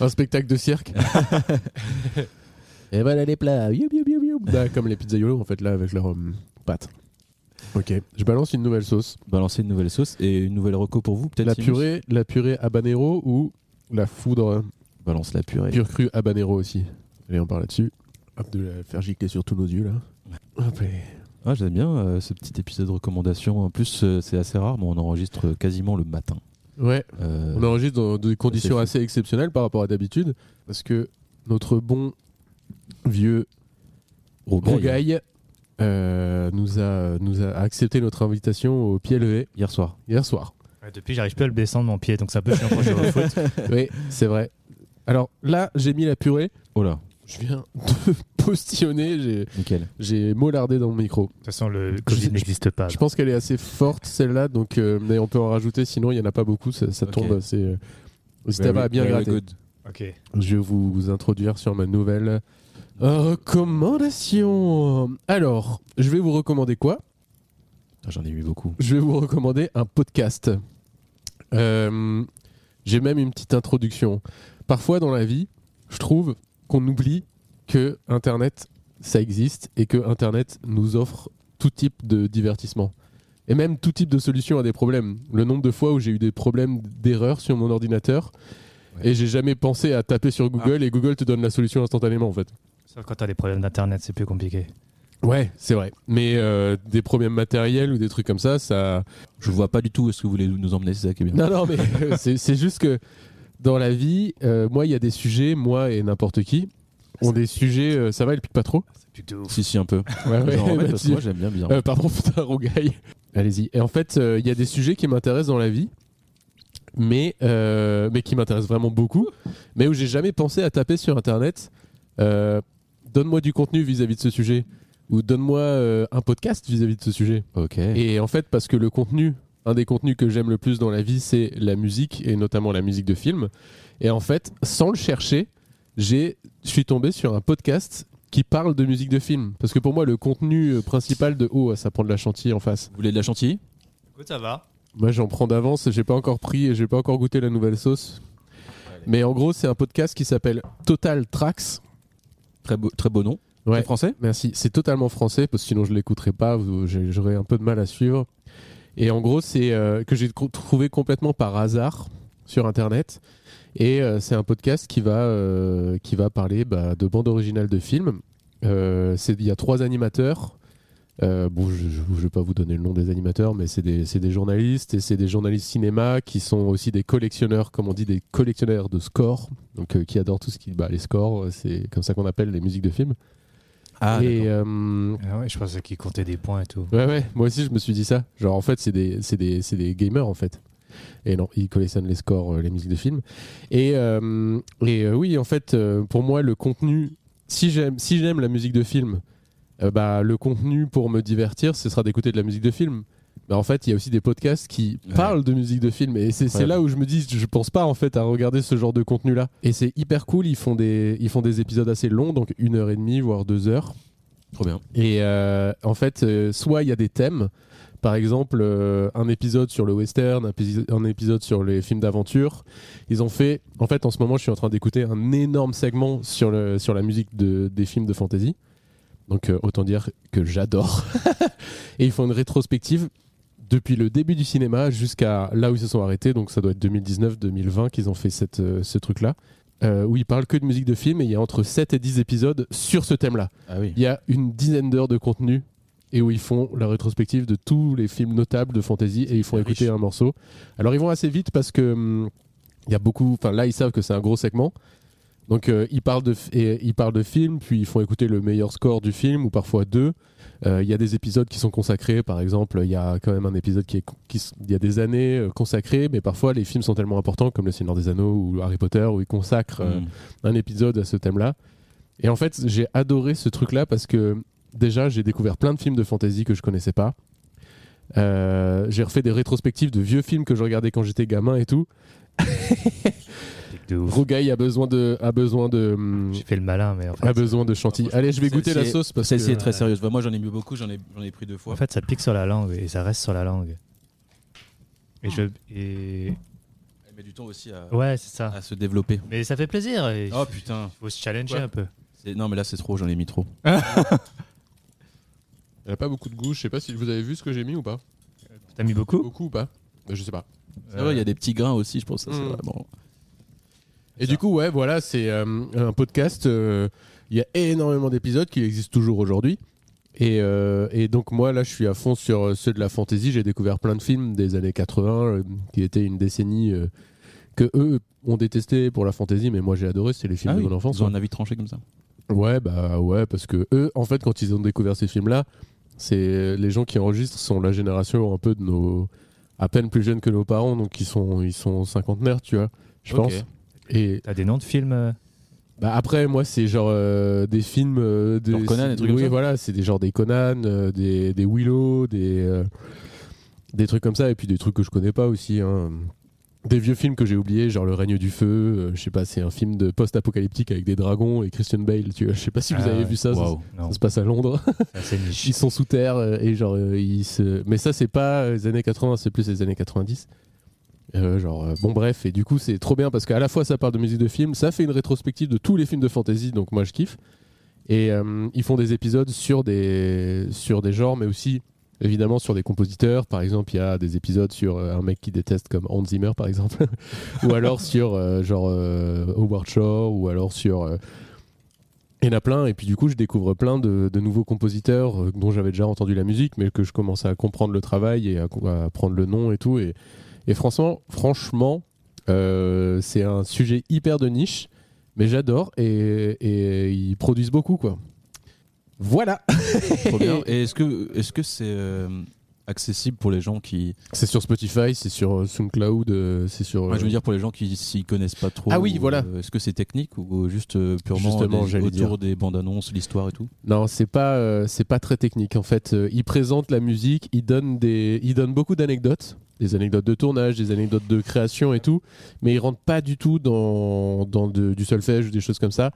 Un spectacle de cirque. Et voilà les plats. Youm, youm, youm, youm. Bah, comme les pizzaiolos en fait là avec leur euh, pâte. Ok. Je balance une nouvelle sauce. Balancer une nouvelle sauce et une nouvelle reco pour vous, peut-être. La Simus purée, la purée habanero ou la foudre Balance la purée. pure crue habanero aussi. Allez, on parle là-dessus. Hop, de la faire gicler sur tous nos yeux là. Hop, et- Ah, j'aime bien euh, ce petit épisode de recommandation. En plus, euh, c'est assez rare, mais on enregistre quasiment le matin. Ouais. Euh, On enregistre dans des conditions fou. assez exceptionnelles par rapport à d'habitude parce que notre bon vieux Rogaille. Rogaille euh, nous, a, nous a accepté notre invitation au pied levé Hier soir. hier soir. Ouais, depuis, j'arrive plus à le descendre mon pied, donc ça peut chiant quand je vais au foot. oui, c'est vrai. Alors là, j'ai mis la purée. Oh là, Je viens de postillonner. j'ai- nickel. J'ai mollardé dans le micro. De toute façon, le Covid sais- n'existe pas. Je pense qu'elle est assez forte, celle-là. Donc, euh, mais on peut en rajouter, sinon il n'y en a pas beaucoup. Ça, ça Ok. tombe assez. euh, N'hésitez Bah, pas à bien gratter. Ok. Je vais vous introduire sur ma nouvelle euh, recommandation. Alors, je vais vous recommander quoi Putain, Ah, J'en ai eu beaucoup. je vais vous recommander un podcast. Euh, J'ai même une petite introduction. Parfois dans la vie, je trouve qu'on oublie que Internet, ça existe et que Internet nous offre tout type de divertissement. Et même tout type de solution à des problèmes. Le nombre de fois où j'ai eu des problèmes d'erreur sur mon ordinateur Ouais. et j'ai jamais pensé à taper sur Google et Google te donne la solution instantanément en fait. Sauf quand t'as des problèmes d'internet, c'est plus compliqué. Ouais, c'est vrai. Mais euh, des problèmes matériels ou des trucs comme ça, ça, Je vois pas du tout où est-ce que vous voulez nous emmener, c'est ça qui est bien. Non, non, mais euh, c'est c'est juste que dans la vie, euh, moi, il y a des sujets, moi et n'importe qui, ont des sujets. euh, ça va, elle pique pas trop C'est plus de ouf. Si, si, un peu. Ouais, ouais, J'en remets parce que Mathieu. moi, j'aime bien bien. bah, Euh, pardon, putain, Rougaille. Allez-y. Et en fait, euh, il y a des sujets qui m'intéressent dans la vie, mais, euh, mais qui m'intéressent vraiment beaucoup, mais où j'ai jamais pensé à taper sur Internet. euh, donne-moi du contenu vis-à-vis de ce sujet, ou donne-moi euh, un podcast vis-à-vis de ce sujet. ok. Et en fait, parce que le contenu, un des contenus que j'aime le plus dans la vie, c'est la musique, et notamment la musique de film. Et en fait, sans le chercher, j'ai- je suis tombé sur un podcast qui parle de musique de film. Parce que pour moi, le contenu euh, principal de Oh, ça prend de la chantilly en face. Vous voulez de la chantilly Écoute, ça va. Moi, j'en prends d'avance, j'ai pas encore pris et j'ai pas encore goûté la nouvelle sauce. Mais en gros, c'est un podcast qui s'appelle Total Tracks. très beau, très beau nom. Ouais. C'est français Merci. C'est totalement français parce que sinon je l'écouterai pas. vous- j'ai- J'aurais un peu de mal à suivre. Et en gros, c'est euh, que j'ai co- trouvé complètement par hasard sur internet. Et euh, c'est un podcast qui va euh, qui va parler bah, de bandes originales de films. Euh, c'est- Il y a trois animateurs. Euh, bon, je ne vais pas vous donner le nom des animateurs, mais c'est des, c'est des journalistes et c'est des journalistes cinéma qui sont aussi des collectionneurs, comme on dit, des collectionneurs de scores, donc euh, qui adorent tout ce qui bah, les scores, euh, c'est comme ça qu'on appelle les musiques de films. Ah, Et, d'accord. euh, Ah ouais, je pensais qu'il comptait des points et tout. ouais, ouais, moi aussi je me suis dit ça. Genre en fait, c'est des, c'est des, c'est des gamers en fait. Et non, ils collectionnent les scores, euh, les musiques de films. Et, euh, et euh, oui, en fait, euh, pour moi, le contenu, si j'aime si j'aime la musique de film, euh, bah, le contenu pour me divertir, ce sera d'écouter de la musique de film. Mais en fait, il y a aussi des podcasts qui Ouais. parlent de musique de film. Et c'est c'est Incroyable. là où je me dis, je pense pas en fait à regarder ce genre de contenu-là. Et c'est hyper cool, ils font, des, ils font des épisodes assez longs, donc une heure et demie, voire deux heures. Trop bien. Et euh, en fait, euh, soit il y a des thèmes, par exemple euh, un épisode sur le western, un, épi- un épisode sur les films d'aventure. Ils ont fait, en fait, en ce moment, je suis en train d'écouter un énorme segment sur, le, sur la musique de, des films de fantasy. Donc euh, autant dire que j'adore. Et ils font une rétrospective depuis le début du cinéma jusqu'à là où ils se sont arrêtés. Donc ça doit être 2019-2020 qu'ils ont fait cette, euh, ce truc-là. euh, où ils parlent que de musique de film et il y a entre 7 et 10 épisodes sur ce thème-là. Ah oui. Il y a une dizaine d'heures de contenu et où ils font la rétrospective de tous les films notables de fantasy et ils font Riche. écouter un morceau. Alors ils vont assez vite parce que hum, il y a beaucoup. Enfin là ils savent que c'est un gros segment. Donc euh, ils parlent de f- et ils parlent de films, puis ils font écouter le meilleur score du film ou parfois deux. Euh, Il y a des épisodes qui sont consacrés, par exemple, il y a quand même un épisode qui est con- qui s- il y a des années euh, consacrées, mais parfois les films sont tellement importants comme Le Seigneur des Anneaux ou Harry Potter où ils consacrent euh, Mm. un épisode à ce thème-là. Et en fait, j'ai adoré ce truc-là parce que déjà, j'ai découvert plein de films de fantasy que je connaissais pas. Euh, j'ai refait des rétrospectives de vieux films que je regardais quand j'étais gamin et tout. de ouf. Rougail a besoin de, a besoin de, hum, J'ai fait le malin, mais en fait, a besoin de chantilly. Allez, je vais goûter la Celle-ci est- sauce parce que Celle-ci est très sérieuse. Bah, moi, j'en ai bu beaucoup, j'en ai, j'en ai pris deux fois. en fait, ça pique sur la langue et ça reste sur la langue. Et je. et- Elle met du temps aussi à, Ouais, c'est ça. à se développer. Mais ça fait plaisir. Il Oh putain. faut se challenger Ouais. un peu. C'est- Non, mais là, c'est trop, j'en ai mis trop. elle a pas beaucoup de goût. Je sais pas si vous avez vu ce que j'ai mis ou pas. T'as mis beaucoup Beaucoup ou pas Bah, Je sais pas. C'est vrai, il y a des petits grains aussi, je pense. ça, c'est Mm. vraiment- Et du coup, ouais, voilà, c'est euh, un podcast. euh, Il y a énormément d'épisodes qui existent toujours aujourd'hui. Et, euh, et donc, moi, là, je suis à fond sur euh, ceux de la fantasy. J'ai découvert plein de films des années 80, euh, qui étaient une décennie euh, que eux ont détesté pour la fantasy, mais moi, j'ai adoré. C'est les films Ah de oui, mon enfance. Ils ont un avis tranché comme ça. Ouais, bah ouais, parce que eux, en fait, quand ils ont découvert ces films-là, c'est les gens qui enregistrent sont la génération un peu de nos à peine plus jeunes que nos parents, donc ils sont ils sont cinquantenaires, tu vois, je Ok. pense. Et T'as des noms de films euh, bah après, moi, c'est genre euh, des films euh, des Genre Conan, des trucs oui, comme ça voilà, c'est des genres des Conan, euh, des, des Willow, des euh, des trucs comme ça, et puis des trucs que je connais pas aussi. hein. Des vieux films que j'ai oubliés, genre Le règne du feu, euh, je sais pas, c'est un film de post-apocalyptique avec des dragons et Christian Bale, tu vois. Je sais pas si vous Ah avez ouais. vu ça, ça, Waouh. Non, ça se passe à Londres. c'est assez niche. ils sont sous terre euh, et genre euh, ils se. Mais ça c'est pas euh, les années 80, c'est plus les années 90. Euh, genre euh, bon bref et du coup c'est trop bien parce qu'à la fois ça parle de musique de film, ça fait une rétrospective de tous les films de fantasy donc moi je kiffe. Et euh, ils font des épisodes sur des sur des genres mais aussi évidemment sur des compositeurs. Par exemple il y a des épisodes sur euh, un mec qui déteste comme Hans Zimmer par exemple, ou alors sur euh, genre euh, Howard Shore ou alors sur euh, il y en a plein, et puis du coup, je découvre plein de, de nouveaux compositeurs euh, dont j'avais déjà entendu la musique, mais que je commence à comprendre le travail et à, co- à prendre le nom et tout. Et, et franchement, franchement euh, c'est un sujet hyper de niche, mais j'adore et, et ils produisent beaucoup, quoi. Voilà Trop bien. Et est-ce que est-ce que c'est euh, accessible pour les gens qui C'est sur Spotify, c'est sur euh, SoundCloud, euh, c'est sur. Enfin, je veux euh, dire pour les gens qui s'y connaissent pas trop. Ah oui, ou, voilà. euh, Est-ce que c'est technique ou juste euh, purement Justement, des- j'allais autour dire. des bandes annonces, l'histoire et tout Non, c'est pas, euh, c'est pas très technique en fait. Euh, Ils présentent la musique, ils donnent, des, ils donnent beaucoup d'anecdotes, des anecdotes de tournage, des anecdotes de création et tout, mais ils rentrent pas du tout dans, dans de- du solfège ou des choses comme ça.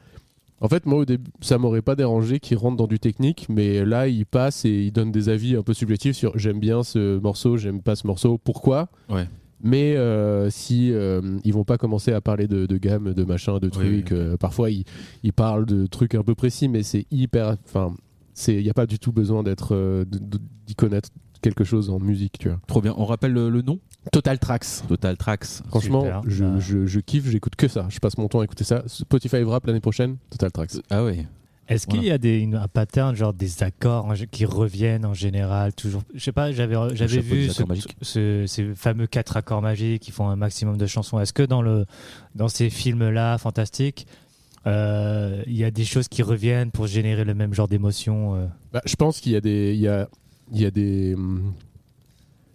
En fait, moi au début, ça m'aurait pas dérangé qu'ils rentrent dans du technique, mais là ils passent et ils donnent des avis un peu subjectifs sur j'aime bien ce morceau, j'aime pas ce morceau, pourquoi Ouais. Mais euh, si euh, ils vont pas commencer à parler de, de gamme, de machin, de trucs, oui, ok. euh, parfois ils, ils parlent de trucs un peu précis, mais c'est hyper. Enfin, il n'y a pas du tout besoin d'être euh, de- de- d'y connaître quelque chose en musique, tu vois. Trop bien. On rappelle euh, le, le nom Total Tracks. Total Tracks. Franchement, Super. je, Bah. je- je kiffe, j'écoute que ça. Je passe mon temps à écouter ça. Spotify Rap l'année prochaine, Total Tracks. Ah ouais. Est-ce qu'il y a des, une- un pattern, genre des accords en gé- qui reviennent en général toujours Je sais pas, j'avais j'avais chapeau des vu ce- accords magiques. ce- ces fameux quatre accords magiques qui font un maximum de chansons. Est-ce que dans, le, dans ces films-là, fantastiques, euh, il y a des choses qui reviennent pour générer le même genre d'émotion euh Bah, je pense qu'il y a des. Il y a, il y a des. hum,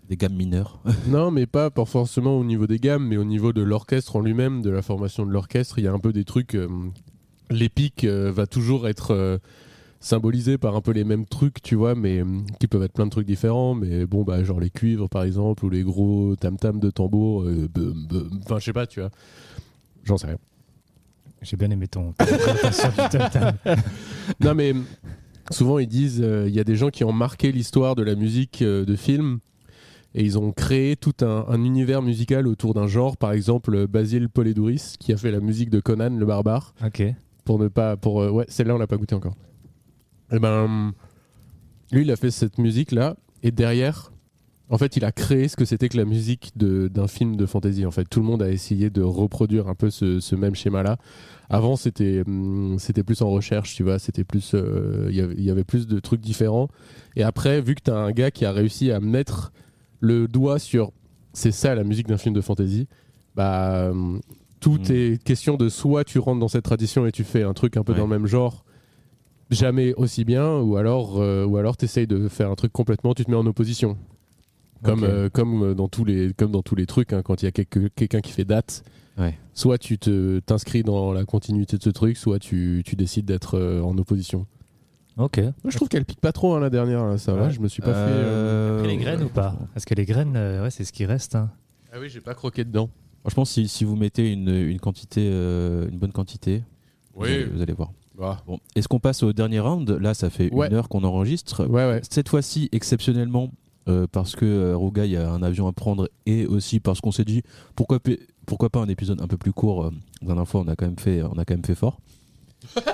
Des gammes mineures. Non, mais pas, pas forcément au niveau des gammes, mais au niveau de l'orchestre en lui-même, de la formation de l'orchestre, il y a un peu des trucs. euh, L'épique euh, va toujours être euh, symbolisé par un peu les mêmes trucs, tu vois, mais euh, qui peuvent être plein de trucs différents. Mais bon, bah, genre les cuivres par exemple, ou les gros tam-tam de tambour, euh, bum, bum. enfin, je sais pas, tu vois. J'en sais rien. J'ai bien aimé ton. ta présentation du Tom-Tam. Non, mais euh, souvent ils disent euh, il y a des gens qui ont marqué l'histoire de la musique euh, de film et ils ont créé tout un, un univers musical autour d'un genre. Par exemple, euh, Basile Poledouris qui a fait la musique de Conan le barbare. ok. Pour ne pas. Pour, euh, ouais, celle-là, on l'a pas goûté encore. Et ben. Lui, il a fait cette musique-là et derrière. En fait, il a créé ce que c'était que la musique de- d'un film de fantasy. En fait, tout le monde a essayé de reproduire un peu ce, ce même schéma-là. Avant, c'était hum, c'était plus en recherche, tu vois. C'était plus, euh, il y avait- il y avait plus de trucs différents. Et après, vu que t'as un gars qui a réussi à mettre le doigt sur, c'est ça la musique d'un film de fantasy. Bah, hum, tout Hmm. Mm. est question de soit tu rentres dans cette tradition et tu fais un truc un peu Ouais. dans le même genre, jamais aussi bien, ou alors euh, ou alors t'essayes de faire un truc complètement, tu te mets en opposition comme Ok. euh, comme euh, dans tous les comme dans tous les trucs hein, quand il y a quelque- quelqu'un qui fait date Ouais. soit tu te t'inscris dans la continuité de ce truc soit tu, tu décides d'être euh, en opposition Ok. Moi, je trouve qu'elle pique pas trop hein, la dernière, là, ça va. Ouais. Je me suis pas fait. euh, Euh, les graines ou pas Parce que les graines, euh, ouais, c'est ce qui reste. hein. Ah oui, j'ai pas croqué dedans. Franchement, si, si vous mettez une, une quantité, euh, une bonne quantité, vous, allez, vous allez voir. Ah. Bon. Est-ce qu'on passe au dernier round Là, ça fait Ouais. une heure qu'on enregistre. Ouais, ouais. Cette fois-ci, exceptionnellement, euh, parce que euh, Rougail a un avion à prendre et aussi parce qu'on s'est dit pourquoi, pe- pourquoi pas un épisode un peu plus court. euh, La dernière fois, on a quand même fait, on a quand même fait fort.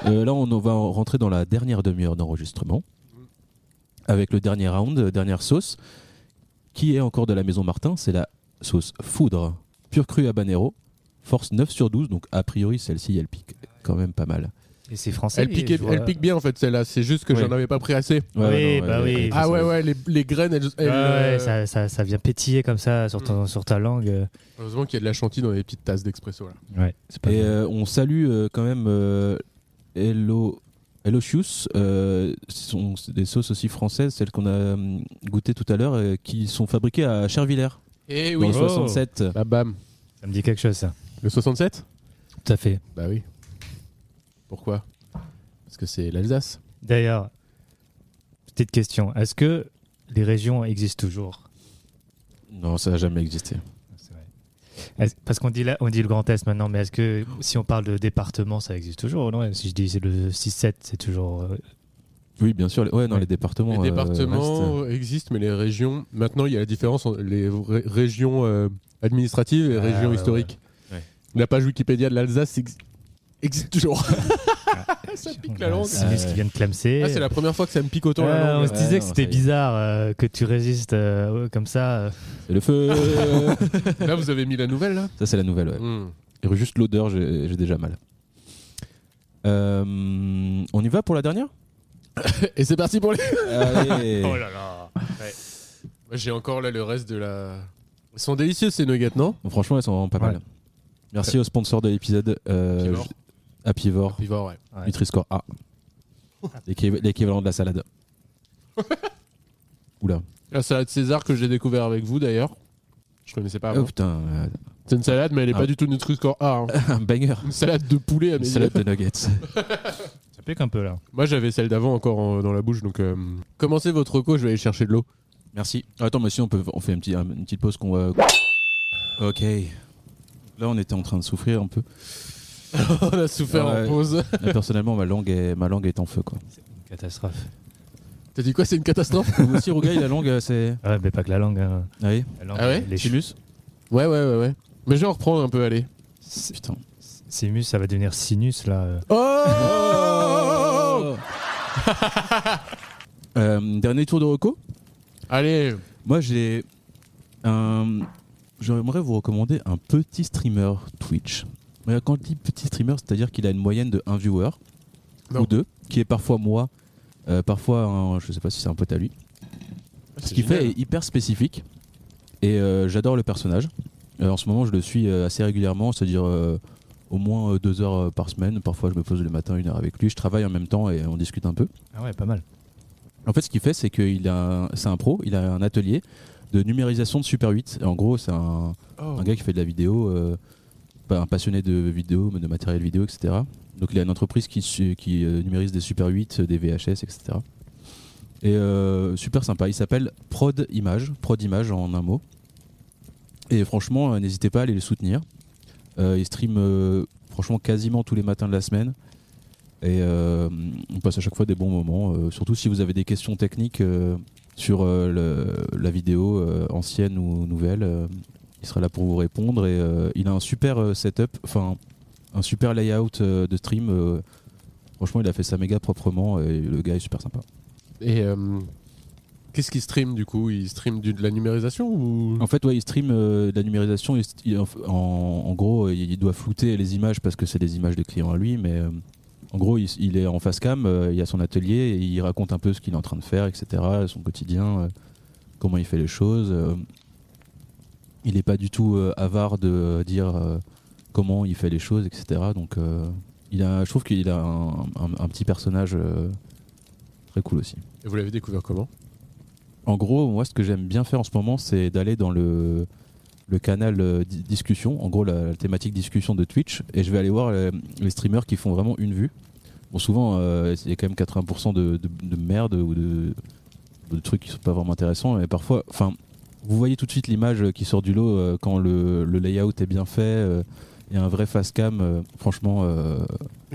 Euh, là, on va rentrer dans la dernière demi-heure d'enregistrement avec le dernier round, euh, dernière sauce, qui est encore de la Maison Martin. C'est la sauce foudre, pur cru habanero, force 9 sur 12. Donc, a priori, celle-ci, elle pique quand même pas mal. Et c'est français. Elle pique, et je vois- elle pique bien en fait celle-là, c'est juste que Ouais. j'en avais pas pris assez. Oui, bah elle- oui. elle- Ah ça, ouais, ça- ouais, les, les graines, elles. Ouais, elles, euh, ouais, ça, ça, ça vient pétiller comme ça sur, ton- sur ta langue. Heureusement qu'il y a de la chantilly dans les petites tasses d'expresso là. Ouais, c'est pas Et euh, on salue euh, quand même euh, Hello. Hellotius, euh, ce sont des sauces aussi françaises, celles qu'on a hum, goûtées tout à l'heure, euh, qui sont fabriquées à Chervillers, dans Et Eh oui, le Oh. 67. bah bam. Ça me dit quelque chose, ça. Le 67 Tout à fait. Bah oui. Pourquoi Parce que c'est l'Alsace. D'ailleurs, petite question. Est-ce que les régions existent toujours Non, ça n'a jamais existé. Est-ce- Parce qu'on dit, là, on dit le Grand Est maintenant, mais est-ce que si on parle de département, ça existe toujours non Si je dis le 6-7, c'est toujours. euh, Oui, bien sûr. les- Ouais, non, Ouais. les départements. Les euh, restent. départements existent, mais les régions. Maintenant, il y a la différence entre les vra- régions euh, administratives et les Ah, régions ouais, historiques. ouais. Ouais. La page Wikipédia de l'Alsace ex- existe toujours. Ah, ça pique la langue. C'est juste qui vient de clamser. Ah, c'est la première fois que ça me pique autant Ah, la on langue. se Ouais, disait que non, c'était ça y est. bizarre euh, que tu résistes euh, comme ça. euh. C'est le feu Là, vous avez mis la nouvelle là Ça, c'est la nouvelle, ouais. Hmm. Et Juste l'odeur, j'ai j'ai déjà mal. Euh, on y va pour la dernière Et c'est parti pour les. Allez. là là J'ai encore là le reste de la. Ils sont délicieux ces nuggets, non Bon, Franchement, elles sont vraiment pas Ouais. mal. Merci au sponsor de l'épisode, euh, Pivor. je- à Pivor, Pivot, ouais. Ouais. Nutri-Score A. L'équiv- L'équivalent de la salade. Oula. La Ah, salade César que j'ai découvert avec vous d'ailleurs. Je connaissais pas oh avant. putain, euh, C'est une salade, mais elle est Ah. pas du tout Nutri-Score A. hein. un banger. Une salade de poulet à Une mes salade de nuggets. Ça pique un peu là. Moi j'avais celle d'avant encore en- dans la bouche, donc euh, commencez votre reco, je vais aller chercher de l'eau. Merci. Attends, mais si on, peut, on fait une, petite- une petite pause qu'on va. Ok. Là, on était en train de souffrir un peu. On a souffert Ah Ouais. en pause. Là, personnellement, ma langue, est, ma langue est en feu. Quoi. Catastrophe. T'as dit quoi C'est une catastrophe Vous aussi, Rougail, la langue, euh, c'est. Ouais, mais pas que la langue. hein. Ah oui La langue, Ah ouais les Chimus Ouais, ouais, ouais, ouais. Mais je vais en reprendre un peu, allez. ch- Putain. Simus, ça va devenir sinus là. euh. Oh Euh, dernier tour de Rocco Allez, Moi, j'ai un. J'aimerais vous recommander un petit streamer Twitch. Mais Quand je dis petit streamer, c'est-à-dire qu'il a une moyenne de un viewer Non. ou deux, qui est parfois moi, euh, parfois un- je sais pas si c'est un pote à lui. Ce qu'il fait est hyper spécifique et euh, j'adore le personnage. Euh, en ce moment, je le suis euh, assez régulièrement, c'est-à-dire euh, au moins euh, deux heures euh, par semaine. Parfois, je me pose le matin une heure avec lui. Je travaille en même temps et on discute un peu. Ah ouais, pas mal. En fait, ce qu'il fait, c'est qu'il a, un- c'est un pro, il a un atelier de numérisation de Super 8. Et en gros, c'est un, Oh. un gars qui fait de la vidéo, euh, pas- un passionné de vidéo, mais de matériel vidéo, etc. Donc, il a une entreprise qui, su- qui euh, numérise des Super 8, euh, des VHS, etc. Et euh, super sympa. Il s'appelle Prod Image, Prod Image en un mot. Et franchement, euh, n'hésitez pas à aller le soutenir. Euh, il stream euh, franchement quasiment tous les matins de la semaine. Et euh, on passe à chaque fois des bons moments. euh, surtout si vous avez des questions techniques euh, sur euh, le- la vidéo euh, ancienne ou nouvelle, euh, il sera là pour vous répondre. Et euh, il a un super euh, setup, enfin un super layout euh, de stream. euh, franchement, il a fait ça méga proprement et le gars est super sympa. Et euh, qu'est-ce qu'il stream du coup Il stream du- de la numérisation ou En fait, ouais, il stream euh, de la numérisation. il st- il- en, en- en gros, euh, il doit flouter les images parce que c'est des images de clients à lui, mais euh, en gros, il, s- il est en face cam, euh, il y a son atelier, et il raconte un peu ce qu'il est en train de faire, etc., son quotidien, euh, comment il fait les choses. euh. il n'est pas du tout euh, avare de euh, dire euh, comment il fait les choses, etc. Donc, euh, il a, je trouve qu'il a un, un- un petit personnage euh, très cool aussi. Et vous l'avez découvert comment En gros, moi, ce que j'aime bien faire en ce moment, c'est d'aller dans le, le canal euh, di- discussion, en gros la, la thématique discussion de Twitch, et je vais aller voir euh, les streamers qui font vraiment une vue. Bon, souvent, euh, il y a quand même 80% de, de- de merde ou de, de trucs qui sont pas vraiment intéressants. Et parfois, enfin, vous voyez tout de suite l'image qui sort du lot euh, quand le, le layout est bien fait. euh, et un vrai face cam, euh, franchement, euh,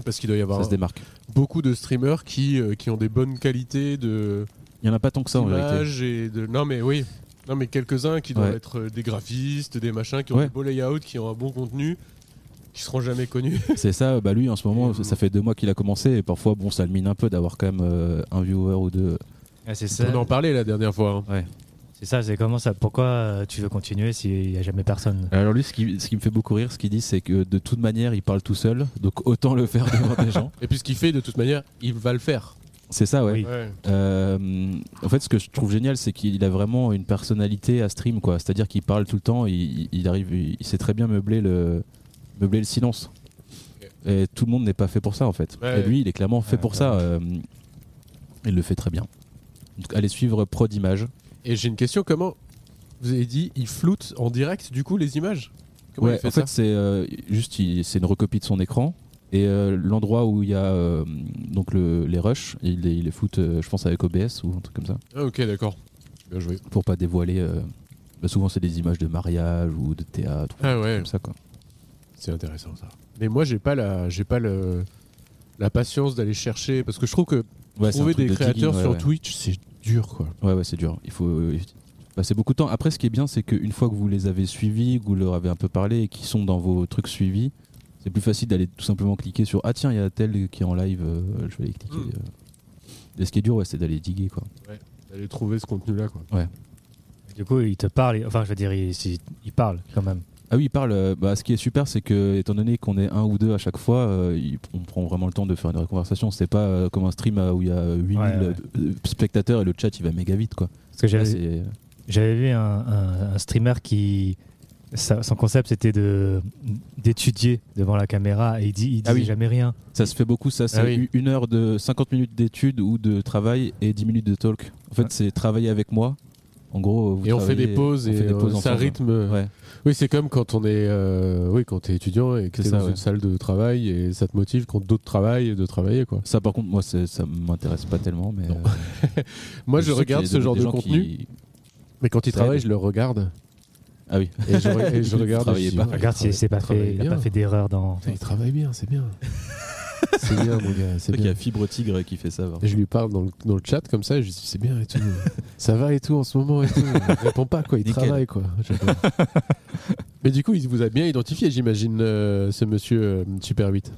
Parce qu'il doit y avoir ça se démarque. beaucoup de streamers qui, euh, qui ont des bonnes qualités de Il y en a pas tant que ça en vérité. d'images et de. Non mais oui. Non mais quelques-uns qui doivent Ouais. être euh, des graphistes, des machins, qui ont Ouais. des beaux layouts, qui ont un bon contenu, qui seront jamais connus. C'est ça, bah lui en ce moment, Et, euh, ça fait deux mois qu'il a commencé et parfois, bon, ça le mine un peu d'avoir quand même euh, un viewer ou deux. Ah, c'est ça. On en parlait la dernière fois. hein. C'est ça, c'est comment ça Pourquoi euh, tu veux continuer s'il n'y a jamais personne Alors lui, ce qui, ce qui me fait beaucoup rire, ce qu'il dit, c'est que de toute manière, il parle tout seul, donc autant le faire devant des gens. Et puis ce qu'il fait, de toute manière, il va le faire. C'est ça, ouais. Oui. Euh, en fait, ce que je trouve génial, c'est qu'il a vraiment une personnalité à stream, quoi. C'est-à-dire qu'il parle tout le temps, il, il arrive, il sait très bien meubler le, meubler le silence. Et tout le monde n'est pas fait pour ça, en fait. Ouais. Et lui, il est clairement fait Ouais, pour ça. euh, il le fait très bien. Donc, allez suivre Prod Image. Et j'ai une question, comment vous avez dit, il floute en direct du coup les images Comment ouais, il fait en ça fait, c'est euh, juste, il- c'est une recopie de son écran. Et euh, l'endroit où il y a euh, donc le- les rushs, il les, il les floute, euh, je pense, avec OBS ou un truc comme ça. Ah, Ok, d'accord. Bien joué. pour pas dévoiler. euh, bah souvent, c'est des images de mariage ou de théâtre, ou Ah ouais, comme ça quoi. c'est intéressant ça. Mais moi, j'ai pas la, j'ai pas le, la patience d'aller chercher parce que je trouve que Ouais, c'est un trouver truc des de digging, créateurs ouais, sur ouais. Twitch, c'est dur quoi. Ouais, ouais, c'est dur. Il faut euh, passer beaucoup de temps. Après, ce qui est bien, c'est qu'une fois que vous les avez suivis, que vous leur avez un peu parlé et qu'ils sont dans vos trucs suivis, c'est plus facile d'aller tout simplement cliquer sur Ah tiens, il y a tel qui est en live, euh, je vais aller cliquer. Mm. euh. Et ce qui est dur, ouais, c'est d'aller diguer quoi. D'aller trouver ce contenu là quoi. Du coup, il te parle, enfin, je veux dire, il, si- il parle quand même. Ah oui, il parle. euh, Bah, ce qui est super, c'est que étant donné qu'on est un ou deux à chaque fois, euh, il- on prend vraiment le temps de faire une vraie conversation. C'est pas euh, comme un stream euh, où il y a 8000 Ouais, ouais. euh, spectateurs et le chat il va méga vite quoi. Parce que Là, Ah, j'avais c'est- j'avais vu un, un- un streamer qui. sa- son concept c'était de d'étudier devant la caméra et il dit il dit Ah oui. jamais rien. Ça se fait beaucoup, ça. C'est Ah oui. une heure de 50 minutes d'études ou de travail et 10 minutes de talk. En fait, Ouais. c'est travailler avec moi. En gros, vous et on fait travaillez- des pauses on et fait des euh, pauses ça ensemble. rythme. Ouais. Oui, c'est comme quand on est, euh, oui, quand t'es étudiant et que C'est t'es ça, dans ouais. une salle de travail et ça te motive quand d'autres travaillent de travailler quoi. Ça, par contre, moi, c'est- ça m'intéresse pas tellement. Mais Non. euh, Moi, sais je, qu'il y a regarde des- ce genre des de gens contenu, qui- mais quand ils Ça aide. travaillent, je le regarde Ah oui. et je, re- et je Vous regarde. et je travaillez dis, pas. ouais, Regarde il s'il s'est pas travaille fait il a bien. pas fait d'erreur dans. Putain, il travaille bien, c'est bien. c'est bien, mon gars, c'est Il y bien. a Fibre Tigre qui fait ça. hein. par Et je lui parle dans le, dans le chat comme ça, et je lui dis c'est bien et tout. ça va et tout en ce moment et tout. Il répond pas quoi, il Nickel. travaille quoi. J'adore. Mais du coup, il vous a bien identifié, j'imagine, euh, ce monsieur euh, Super 8.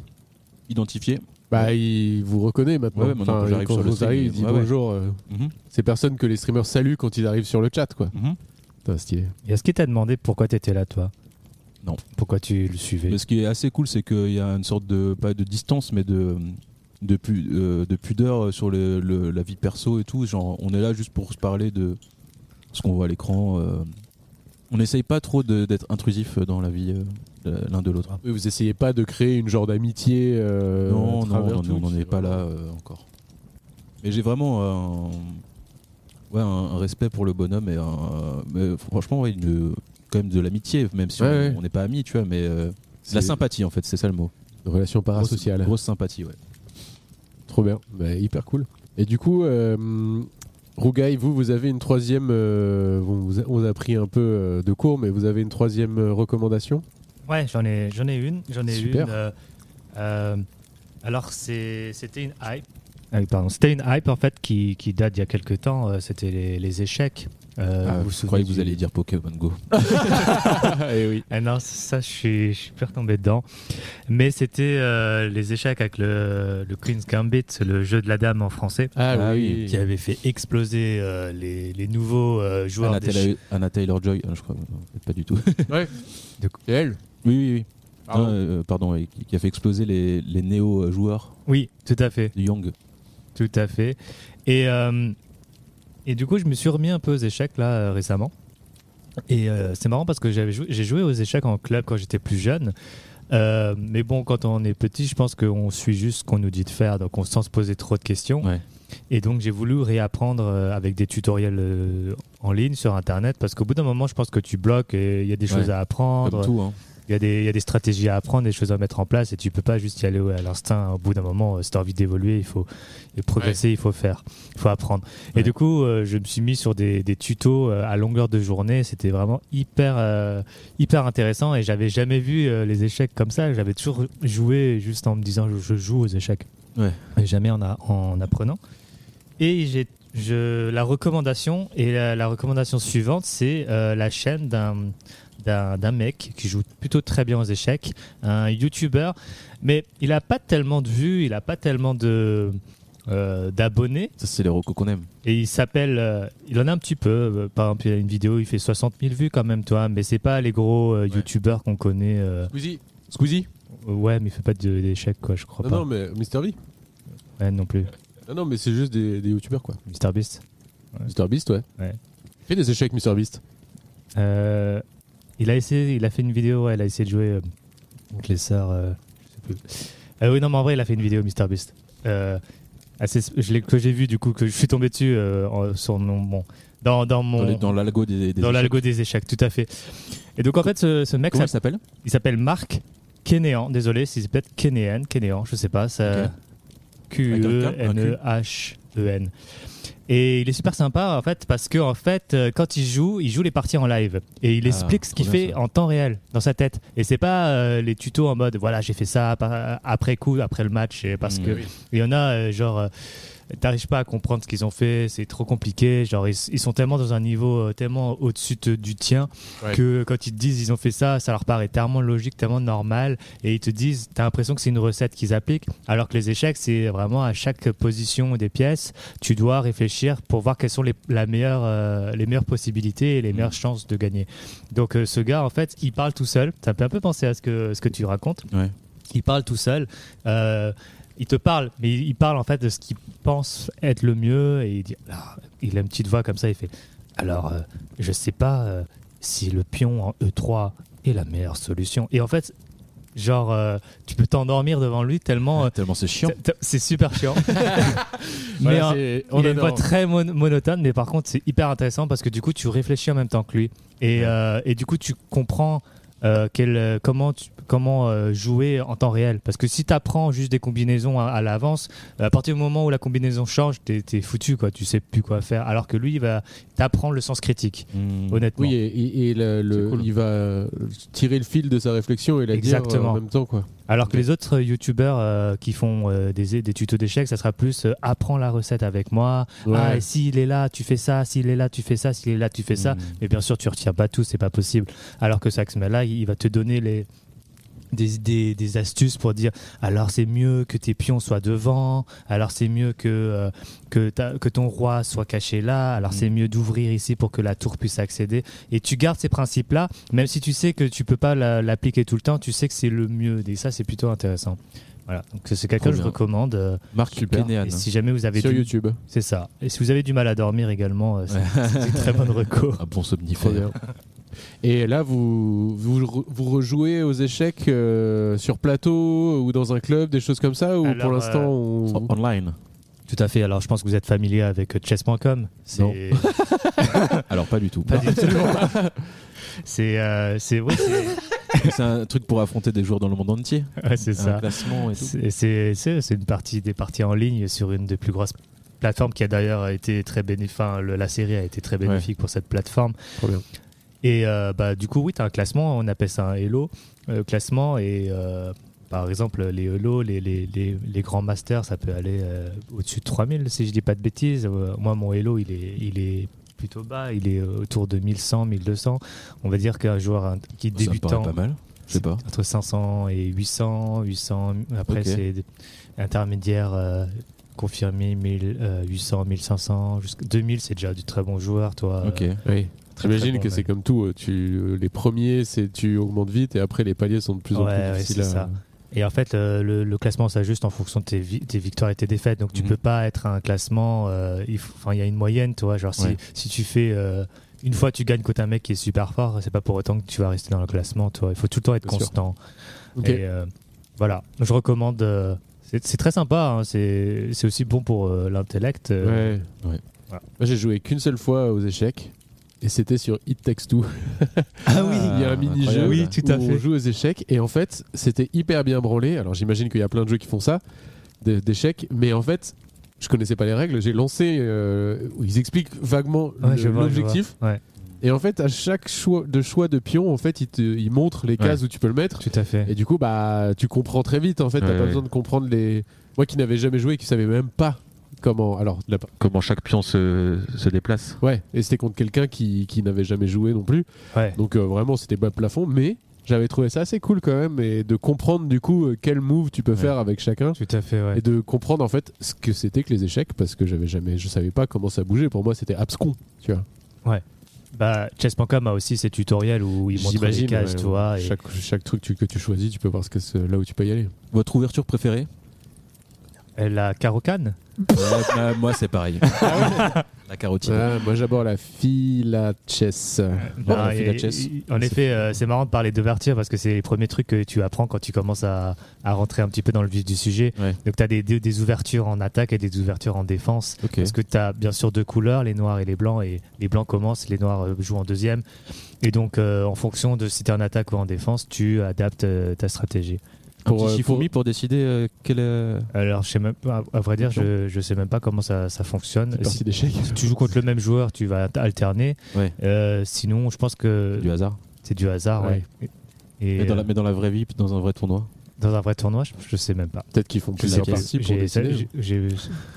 Identifié. Bah, il vous reconnaît maintenant. Ouais, ouais, maintenant, quand j'arrive quand sur le vous stream, arrivez, il- il dit ouais, ouais. bonjour. euh, Mhm, ces personnes que les streamers saluent quand ils arrivent sur le chat quoi. mhm. Putain, stylé. Et Est-ce qu'il t'a demandé pourquoi t'étais là toi Non. Pourquoi tu le suivais Mais ce qui est assez cool, c'est qu'il y a une sorte de pas de distance, mais de de, pu- euh, de pudeur sur le- le- la vie perso et tout. Genre, on est là juste pour se parler de ce qu'on voit à l'écran. euh. On n'essaye pas trop de- d'être intrusif dans la vie euh, de- l'un de l'autre. Oui, vous essayez pas de créer une genre d'amitié. euh, non, Ah, à non, travers on en est- tout, on n'en c'est est pas là euh, encore. Mais j'ai vraiment un, ouais, un, un respect pour le bonhomme et un- mais franchement, ouais, une- quand même de l'amitié, même si Ouais, on ouais. on n'est pas amis, tu vois, mais euh, de C'est la sympathie en fait, c'est ça le mot. Une relation Grosse- parasociale. Grosse sympathie, ouais. Trop bien. Bah, hyper cool. Et du coup, euh, Rougaï, vous, vous avez une troisième. euh, on, vous a, on a pris un peu euh, de cours, mais vous avez une troisième euh, recommandation. Ouais, j'en ai, j'en ai une. J'en ai Super. une. euh, euh, alors, c'est- c'était une hype. Ah oui, pardon. C'était une hype, en fait, qui, qui date d'il y a quelques temps. euh, c'était les, les échecs. Euh, Ah, vous je vous croyais que souvenez vous du- alliez dire Pokémon Go. et eh oui. Ah non, ça, je suis, je suis pas retombé dedans. Mais c'était euh, les échecs avec le, le Queen's Gambit, le jeu de la dame en français, Ah, Ah oui. qui avait fait exploser euh, les, les nouveaux euh, joueurs Anna, d'échecs. Taylor- Anna Taylor-Joy, ah, je crois, non, peut-être pas du tout. Et elle oui, oui, oui. Pardon. Non, euh, pardon, et qui qui a fait exploser les, les néo-joueurs Oui, tout à fait. du Young. Tout à fait. Et, euh, et du coup, je me suis remis un peu aux échecs là euh, récemment. Et euh, c'est marrant parce que j'avais joué- j'ai joué aux échecs en club quand j'étais plus jeune. Euh, mais bon, quand on est petit, je pense qu'on suit juste ce qu'on nous dit de faire, donc on sans se poser trop de questions. Ouais. Et donc j'ai voulu réapprendre euh, avec des tutoriels euh, en ligne sur Internet, parce qu'au bout d'un moment, je pense que tu bloques et il y a des Ouais. choses à apprendre. Comme tout, hein. Il y, a des, il y a des stratégies à apprendre, des choses à mettre en place, et tu peux pas juste y aller ouais, à l'instinct. Au bout d'un moment, euh, si tu as envie d'évoluer, il faut et progresser, il faut faire, il faut apprendre. Ouais. Et du coup, euh, je me suis mis sur des, des tutos euh, à longueur de journée. C'était vraiment hyper, euh, hyper intéressant, et j'avais jamais vu euh, les échecs comme ça. J'avais toujours joué juste en me disant je, je joue aux échecs, Ouais. et jamais en, a- en apprenant. Et j'ai je, la recommandation et la, la recommandation suivante, c'est euh, la chaîne d'un d'un d'un mec qui joue plutôt très bien aux échecs, un YouTuber, mais il a pas tellement de vues, il a pas tellement de euh, d'abonnés Ça, c'est les recos qu'on aime. et il s'appelle euh, il en a un petit peu euh, par exemple il a une vidéo il fait 60 000 vues quand même toi mais c'est pas les gros euh, youtubeurs qu'on connaît euh, Squeezie Squeezie ouais mais il fait pas de- d'échecs quoi je crois non, pas non, mais Mister V Ouais, non plus Non, non, mais c'est juste des, des youtubeurs quoi. MrBeast Mister Beast, ouais. Ouais. Fais des échecs, Mister Beast. Euh, il a essayé, il a fait une vidéo, ouais, il a essayé de jouer euh, contre les sœurs. euh, je sais plus. Euh, oui, non, mais en vrai, il a fait une vidéo Mister Beast. Euh, assez sp- je l'ai- que j'ai vu du coup que je suis tombé dessus euh, en- sur mon bon, dans dans mon Dans les- Dans l'algo des, des dans échecs. l'algo des échecs, tout à fait. Et donc en fait, ce, ce mec, Comment il s'appelle- s'appelle il s'appelle Marc Kenéan. Désolé, si c'est peut-être Kenéan, Kenéan, je sais pas. Ça, Ok. Q Avec un K, E un Q. N E H E N. Et il est super sympa en fait parce que en fait euh, quand il joue, il joue les parties en live et il Ah, explique ce trop qu'il bien, fait ça. en temps réel dans sa tête. Et c'est pas euh, les tutos en mode voilà j'ai fait ça par- après coup après le match et parce Mm. que Oui. il y en a euh, genre euh, t'arrives pas à comprendre ce qu'ils ont fait, c'est trop compliqué. Genre ils, ils sont tellement dans un niveau euh, tellement au-dessus de- du tien Ouais. que quand ils te disent ils ont fait ça, ça leur paraît tellement logique, tellement normal et ils te disent, t'as l'impression que c'est une recette qu'ils appliquent, alors que les échecs, c'est vraiment à chaque position des pièces, tu dois réfléchir pour voir quelles sont les, la meilleure, euh, les meilleures possibilités et Mm. les meilleures chances de gagner. Donc euh, ce gars, en fait, il parle tout seul, ça me fait un peu penser à ce que, ce que tu racontes, Ouais. il parle tout seul. euh, il te parle, mais il il parle en fait de ce qu'il pense être le mieux et il dit, alors, il a une petite voix comme ça, il fait, alors euh, je sais pas euh, si le pion en E3 est la meilleure solution. Et en fait, genre, euh, tu peux t'endormir devant lui tellement. euh, Ah, Tellement c'est chiant. t- t- c'est super chiant. mais Voilà, euh, c'est- il a une voix adore. très mon- monotone, mais par contre, c'est hyper intéressant parce que du coup, tu réfléchis en même temps que lui. Et, euh, et du coup, tu comprends euh, quel, euh, comment, tu- comment euh, jouer en temps réel. Parce que si tu apprends juste des combinaisons à, à l'avance, euh, à partir du moment où la combinaison change, t'es es foutu, quoi. Tu sais plus quoi faire. Alors que lui, il va t'apprendre le sens critique, Mm. honnêtement. Oui, et, et- et le, le- C'est cool. il va euh, tirer le fil de sa réflexion et la dire euh, Exactement. en même temps quoi. Alors que les autres euh, youtubeurs euh, qui font euh, des, des tutos d'échecs, ça sera plus euh, apprends la recette avec moi. Ah, et s'il est là, tu fais ça. S'il est là, tu fais ça. S'il est là, tu fais ça. Mm. Mais bien sûr, tu retiens pas tout, c'est pas possible. Alors que Saxma, là, il va te donner les. Des, des- des astuces pour dire alors c'est mieux que tes pions soient devant, alors c'est mieux que, euh, que, ta- que ton roi soit caché là, alors Mm. c'est mieux d'ouvrir ici pour que la tour puisse accéder. Et tu gardes ces principes-là, même si tu sais que tu peux pas la- l'appliquer tout le temps, tu sais que c'est le mieux. Et ça, c'est plutôt intéressant. Voilà, donc c'est quelqu'un Trop que je bien. recommande. euh, Marc Super. Kenéan. et si jamais vous avez Sur du- YouTube. c'est ça. Et si vous avez du mal à dormir également, euh, c'est c'est une très bonne Un reco. Ah, bon Trop somnifère. bien. Et là, vous, vous, re- vous rejouez aux échecs euh, sur plateau ou dans un club, des choses comme ça Ou Alors, pour l'instant, euh, on... Online. Tout à fait. Alors, je pense que vous êtes familier avec euh, chess.com. C'est Non. Alors pas du tout. pas du tout. c'est euh, c'est oui, c'est- C'est un truc pour affronter des joueurs dans le monde entier. ouais, c'est Un ça. classement et tout. C'est c'est- c'est- c'est une partie des parties en ligne sur une des plus grosses plateformes qui a d'ailleurs été très bénéfique. Enfin, le- la série a été très bénéfique pour cette plateforme. Trop bien. Et euh, bah, du coup, oui, tu as un classement, on appelle ça un Hello euh, classement. Et euh, par exemple, les Hello, les, les, les, les grands masters, ça peut aller euh, au-dessus de 3000, si je dis pas de bêtises. Euh, moi, mon Hello, il est, il est plutôt bas, il est autour de 1100, 1200. On va dire qu'un joueur hein, qui est Ça me paraît débutant, pas mal. Je sais pas. entre 500 et 800, 800, après Ok. c'est des- intermédiaire euh, confirmé 1800, 1500, jusqu'à 2000, c'est déjà du très bon joueur, toi. Ok. euh, Oui. très, J'imagine très bon que c'est même. comme tout. euh, Tu, euh, les premiers, c'est tu augmentes vite et après, les paliers sont de plus en Ouais, plus ouais, difficiles. c'est à- ça. Et en fait, euh, le, le classement s'ajuste en fonction de tes, vi- tes victoires et tes défaites. Donc, tu Mhm. peux pas être à un classement. euh, il faut- enfin, il y a une moyenne, tu vois. Genre, si, Ouais. si tu fais. euh, une fois tu gagnes contre un mec qui est super fort, c'est pas pour autant que tu vas rester dans le classement, tu vois. Il faut tout le temps être Bien sûr. constant. Ok. Et euh, voilà, je recommande. euh, c'est c'est très sympa, hein, c'est c'est aussi bon pour euh, l'intellect. euh, Ouais. Ouais. Moi, j'ai joué qu'une seule fois aux échecs. Et c'était sur It Takes Two. Ah oui. Il y a un mini-jeu incroyable. Oui, tout à où fait. on joue aux échecs. Et en fait, c'était hyper bien branlé. Alors j'imagine qu'il y a plein de jeux qui font ça, d- d'échecs. Mais en fait, je connaissais pas les règles. J'ai lancé. euh, où ils expliquent vaguement le- Ouais, je vois, je l'objectif. vois. Ouais, Et en fait, à chaque choix de choix de pion, en fait, ils, te, ils montrent les cases où tu peux le mettre. tout à fait. Et du coup, bah, tu comprends très vite. En fait, t'as Ouais, pas ouais. besoin de comprendre les. Moi qui n'avais jamais joué et qui savais même pas comment. Alors, la- Comment chaque pion se, se déplace. ouais. Et c'était contre quelqu'un qui, qui n'avait jamais joué non plus. Ouais. Donc euh, vraiment, c'était bas plafond. Mais j'avais trouvé ça assez cool quand même. Et de comprendre du coup euh, quel move tu peux faire avec chacun. Tout à fait, ouais. Et de comprendre en fait ce que c'était que les échecs parce que j'avais jamais, je savais pas comment ça bougeait. Pour moi, c'était abscon, tu vois. Bah, chess.com a aussi ces tutoriels où ils montrent les J'imagine, cases, ouais, tu vois. et- Chaque, chaque truc tu- que tu choisis, tu peux voir ce que c'est- là où tu peux y aller. Votre ouverture préférée et la carocane Ouais, bah, Moi, c'est pareil. La carotide. Ah, moi, j'aborde la filachesse. Bah, on fait et- de la chess. et- en effet, euh, c'est marrant de parler de vertir parce que c'est les premiers trucs que tu apprends quand tu commences à, à rentrer un petit peu dans le vif du sujet. Ouais. Donc, tu as des, des- des ouvertures en attaque et des ouvertures en défense. Ok. Parce que tu as bien sûr deux couleurs, les noirs et les blancs. Et les blancs commencent, les noirs euh, jouent en deuxième. Et donc, euh, en fonction de si tu es en attaque ou en défense, tu adaptes euh, ta stratégie. Un Pour, petit euh, chifourmi pour décider euh, quel est. Alors, je sais même, pas- à, à vrai dire, je, je sais même pas comment ça, ça fonctionne. C'est Si parti d'échecs. tu joues contre le même joueur, tu vas alterner. Ouais. Euh, sinon, je pense que du hasard. c'est du hasard. ouais. Et, Mais dans, la, euh, mais dans la vraie vie, puis dans un vrai tournoi. Dans un vrai tournoi, je, je sais même pas. Peut-être qu'ils font plusieurs sais pas. parties pour J'ai- décider. j'ai- j'ai-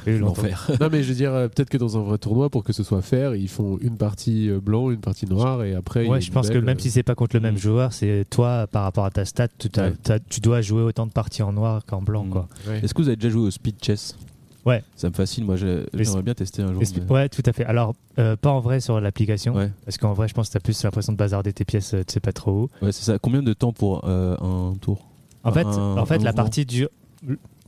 j'ai eu longtemps. L'enfer. Non mais je veux dire, euh, peut-être que dans un vrai tournoi, pour que ce soit fair, ils font une partie euh, blanc, une partie noire, et après. Ouais, ils je pense que mêlent, même euh, si c'est pas contre le même Mm. joueur, c'est toi par rapport à ta stat, tu, t'as- Ouais. t'as- tu dois jouer autant de parties en noir qu'en blanc, Mm. quoi. euh, ouais. Est-ce que vous avez déjà joué au speed chess Ouais. Ça me fascine. Moi, j'ai- Mais j'aimerais bien tester un jour. Et c'est- mais- Ouais, tout à fait. Alors, euh, pas en vrai sur l'application, Ouais. parce qu'en vrai, je pense que t'as plus l'impression de bazarder tes pièces, euh, tu sais pas trop où. Ouais, c'est ça. Combien de temps pour euh, un tour En fait, Un- en un fait la mouvement. partie dure.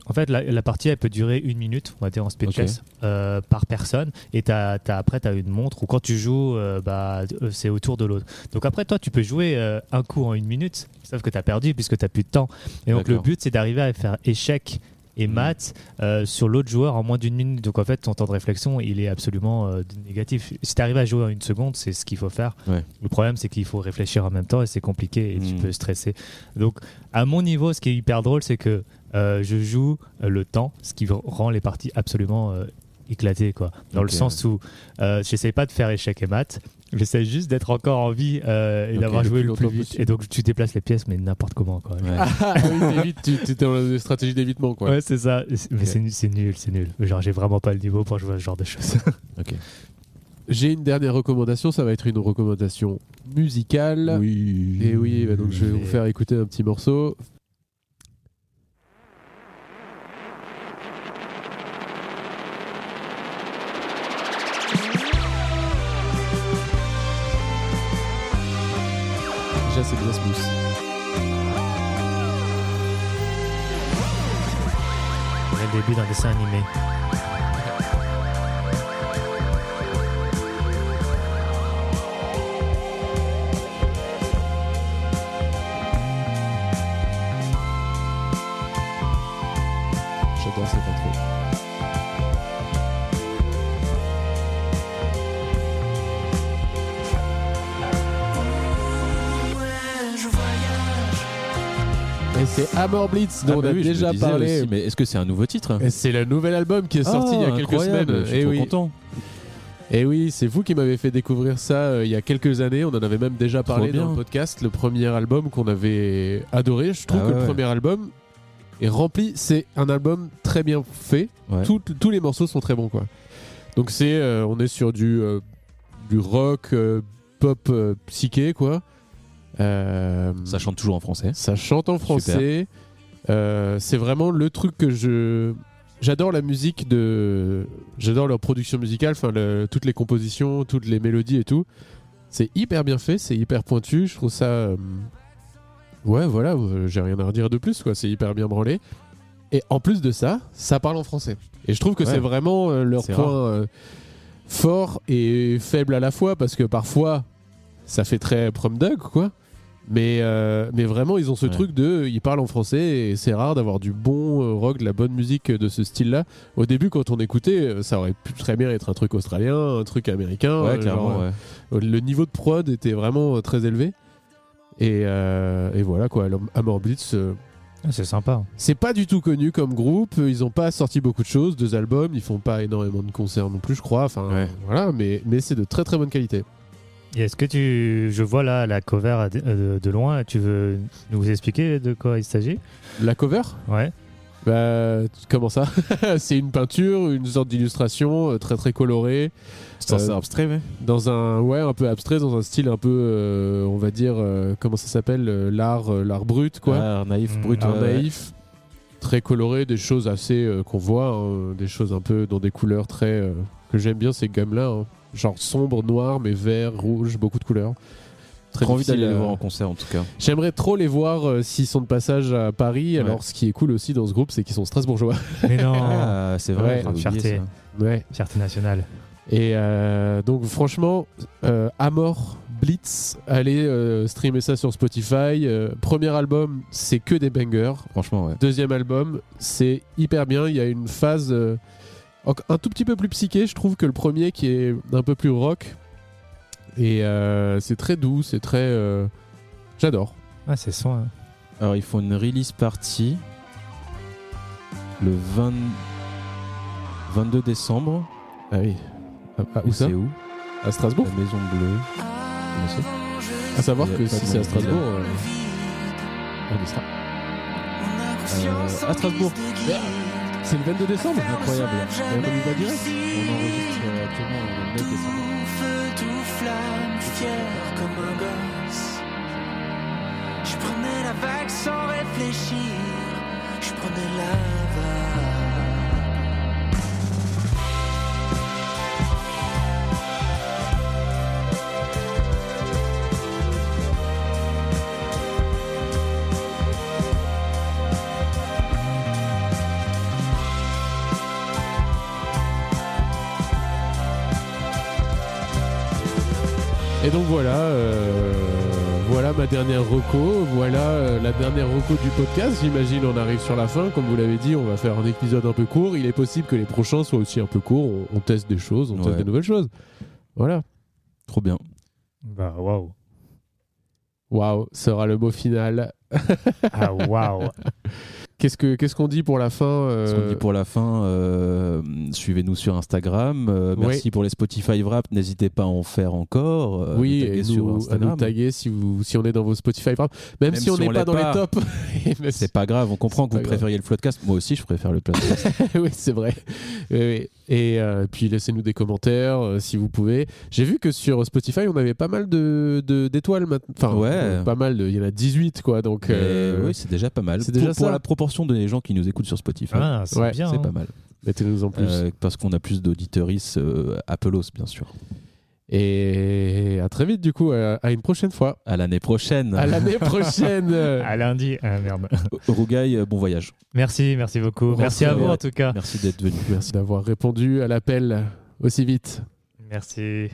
En fait, la, la partie, elle peut durer une minute, on va dire en speed Ok. chess, euh, par personne. Et t'as- t'as- après, tu as une montre où quand tu joues, euh, bah, euh, c'est au tour de l'autre. Donc après, toi, tu peux jouer euh, un coup en une minute, sauf que tu as perdu puisque tu plus de temps. Et donc, le D'accord. Hmm. but, c'est d'arriver à faire échec et mat euh, sur l'autre joueur en moins d'une minute. Donc en fait, ton temps de réflexion, il est absolument euh, négatif. Si tu arrives à jouer en une seconde, c'est ce qu'il faut faire. Ouais. Le problème, c'est qu'il faut réfléchir en même temps et c'est compliqué et tu Mm. peux stresser. Donc à mon niveau, ce qui est hyper drôle, c'est que euh, je joue euh, le temps, ce qui rend les parties absolument euh, éclatées, quoi. Dans Ok, le sens où euh, j'essaie pas de faire échec et mat, j'essaie juste d'être encore en vie euh, et Ok, d'avoir le joué plus le plus longtemps vite. possible. Et donc tu déplaces les pièces, mais n'importe comment, quoi. Ouais. Ah oui, t'évites, tu tu t'es dans la stratégie d'évitement quoi. Ouais, c'est ça. Mais Ok. c'est nu- c'est nul, c'est nul. Genre, j'ai vraiment pas le niveau pour jouer à ce genre de choses. J'ai une dernière recommandation, ça va être une recommandation musicale. Oui. Et oui, bah donc je vais vous faire écouter un petit morceau. Déjà c'est bien Ah smooth. le début d'un dessin animé. J'adore cette intro. Et c'est Amor Blitz dont Ah bah on a oui, je me déjà disais parlé. aussi, mais est-ce que c'est un nouveau titre Et C'est le nouvel album qui est sorti Ah, il y a quelques incroyable, semaines. Je suis Et trop oui, content. et Eh oui c'est vous qui m'avez fait découvrir ça euh, il y a quelques années. On en avait même déjà Trop parlé dans bien. le podcast. Le premier album qu'on avait adoré. Je trouve Ah que ouais, le ouais. premier album est rempli. C'est un album très bien fait. Ouais. Tout- tous les morceaux sont très bons. quoi. Donc c'est, euh, on est sur du, euh, du rock, euh, pop, euh, psyché. quoi. Euh, Ça chante toujours en français. ça chante en français. Euh, c'est vraiment le truc que je. J'adore la musique de. J'adore leur production musicale, enfin le- toutes les compositions, toutes les mélodies et tout. C'est hyper bien fait, c'est hyper pointu. Je trouve ça. euh, Ouais, voilà, euh, j'ai rien à redire de plus, quoi. C'est hyper bien branlé. Et en plus de ça, ça parle en français. Et je trouve que Ouais. c'est vraiment euh, leur C'est point euh, fort et faible à la fois, parce que parfois, ça fait très prom dog, quoi. Mais, euh, mais vraiment, ils ont ce Ouais. truc de. Ils parlent en français et c'est rare d'avoir du bon bon euh, rock, de la bonne musique euh, de ce style-là. Au début, quand on écoutait, euh, ça aurait pu très bien être un truc australien, un truc américain. Ouais, euh, clairement, genre, ouais. euh, Le niveau de prod était vraiment euh, très élevé. Et, euh, et voilà quoi, l'homme- Amor Blitz, euh, Ah, C'est sympa. c'est pas du tout connu comme groupe. Ils ont pas sorti beaucoup de choses, deux albums. Ils font pas énormément de concerts non plus, je crois. Enfin, Ouais. voilà, mais, mais c'est de très très bonne qualité. Et est-ce que tu. Je vois là la cover à de- euh, de loin. Tu veux nous expliquer de quoi il s'agit La cover Ouais. Bah, comment ça C'est une peinture, une sorte d'illustration euh, très très colorée. Putain, c'est Euh, abstrait, mais. dans un ouais un peu abstrait dans un style un peu euh, on va dire euh, comment ça s'appelle euh, l'art euh, l'art brut quoi Ah, naïf, Mm. brut. l'art ouais, ouais. naïf très coloré des choses assez euh, qu'on voit hein, des choses un peu dans des couleurs très euh, que j'aime bien ces gammes là genre sombre noir mais vert rouge beaucoup de couleurs très Trop envie difficile d'aller le à- voir en concert en tout cas. J'aimerais trop les voir euh, s'ils sont de passage à Paris. Ouais. Alors, ce qui est cool aussi dans ce groupe, c'est qu'ils sont strasbourgeois. Mais non Ah, c'est Ouais. vrai. j'avais oublié Fierté. ça. Ouais. Fierté nationale. Et euh, donc franchement, euh, Amor Blitz, allez euh, streamer ça sur Spotify. Euh, premier album, c'est que des bangers. Franchement, ouais. Deuxième album, c'est hyper bien. Il y a une phase euh, enc- un tout petit peu plus psyché, je trouve, que le premier qui est un peu plus rock. Et euh, c'est très doux, c'est très... euh, J'adore. Ah, c'est son. hein. Alors, ils font une release party le 20 22 décembre. Ah oui. Et où ça C'est où À Strasbourg La Maison Bleue. Bien sûr. À savoir Il y a que pas si de c'est à monde. Strasbourg, euh, on y sera. Euh, à Strasbourg. C'est le 22 décembre Incroyable. On y va direct On enregistre euh, actuellement le 9 décembre. Je prenais la vague sans réfléchir, je prenais la vague. Et donc voilà, euh, voilà ma dernière reco, voilà euh, la dernière reco du podcast. J'imagine on arrive sur la fin, comme vous l'avez dit, on va faire un épisode un peu court. Il est possible que les prochains soient aussi un peu courts. On, on teste des choses, on teste Ouais. des nouvelles choses. Voilà. Trop bien. Bah, waouh. Waouh, sera le mot final. Ah, waouh. Qu'est-ce que qu'est-ce qu'on dit pour la fin euh, Ce qu'on dit pour la fin, euh, suivez-nous sur Instagram. Euh, Ouais. merci pour les Spotify Wrap. N'hésitez pas à en faire encore. euh, à Oui, nous et taguer nous, sur à nous Instagram. taguer si, vous, si on est dans vos Spotify. Par exemple. Même, Même si on si n'est on pas l'est dans pas. les tops. Et même si- C'est pas grave, on comprend C'est que vous pas préfériez le podcast. Moi aussi, je préfère le podcast. oui, c'est vrai. Oui, oui. Et euh, puis laissez-nous des commentaires euh, si vous pouvez. J'ai vu que sur Spotify, on avait pas mal de de- d'étoiles maintenant. Enfin, Ouais. euh, pas mal. de- Il y en a 18, quoi. Donc, Mais euh, oui, c'est déjà pas mal. c'est déjà pour, pour ça. la proportion des gens qui nous écoutent sur Spotify, Ah, c'est Ouais, bien. c'est hein. pas mal. mettez-nous en plus. Euh, parce qu'on a plus d'auditeuristes euh, Apelos, bien sûr. Et à très vite, du coup, euh, à, à une prochaine fois. À l'année prochaine. À l'année prochaine. À lundi. Ah, merde. Rougaille, euh, bon voyage. Merci, merci beaucoup. Merci, Merci à vous, ouais. en tout cas. Merci d'être venu. Merci d'avoir répondu à l'appel aussi vite. Merci.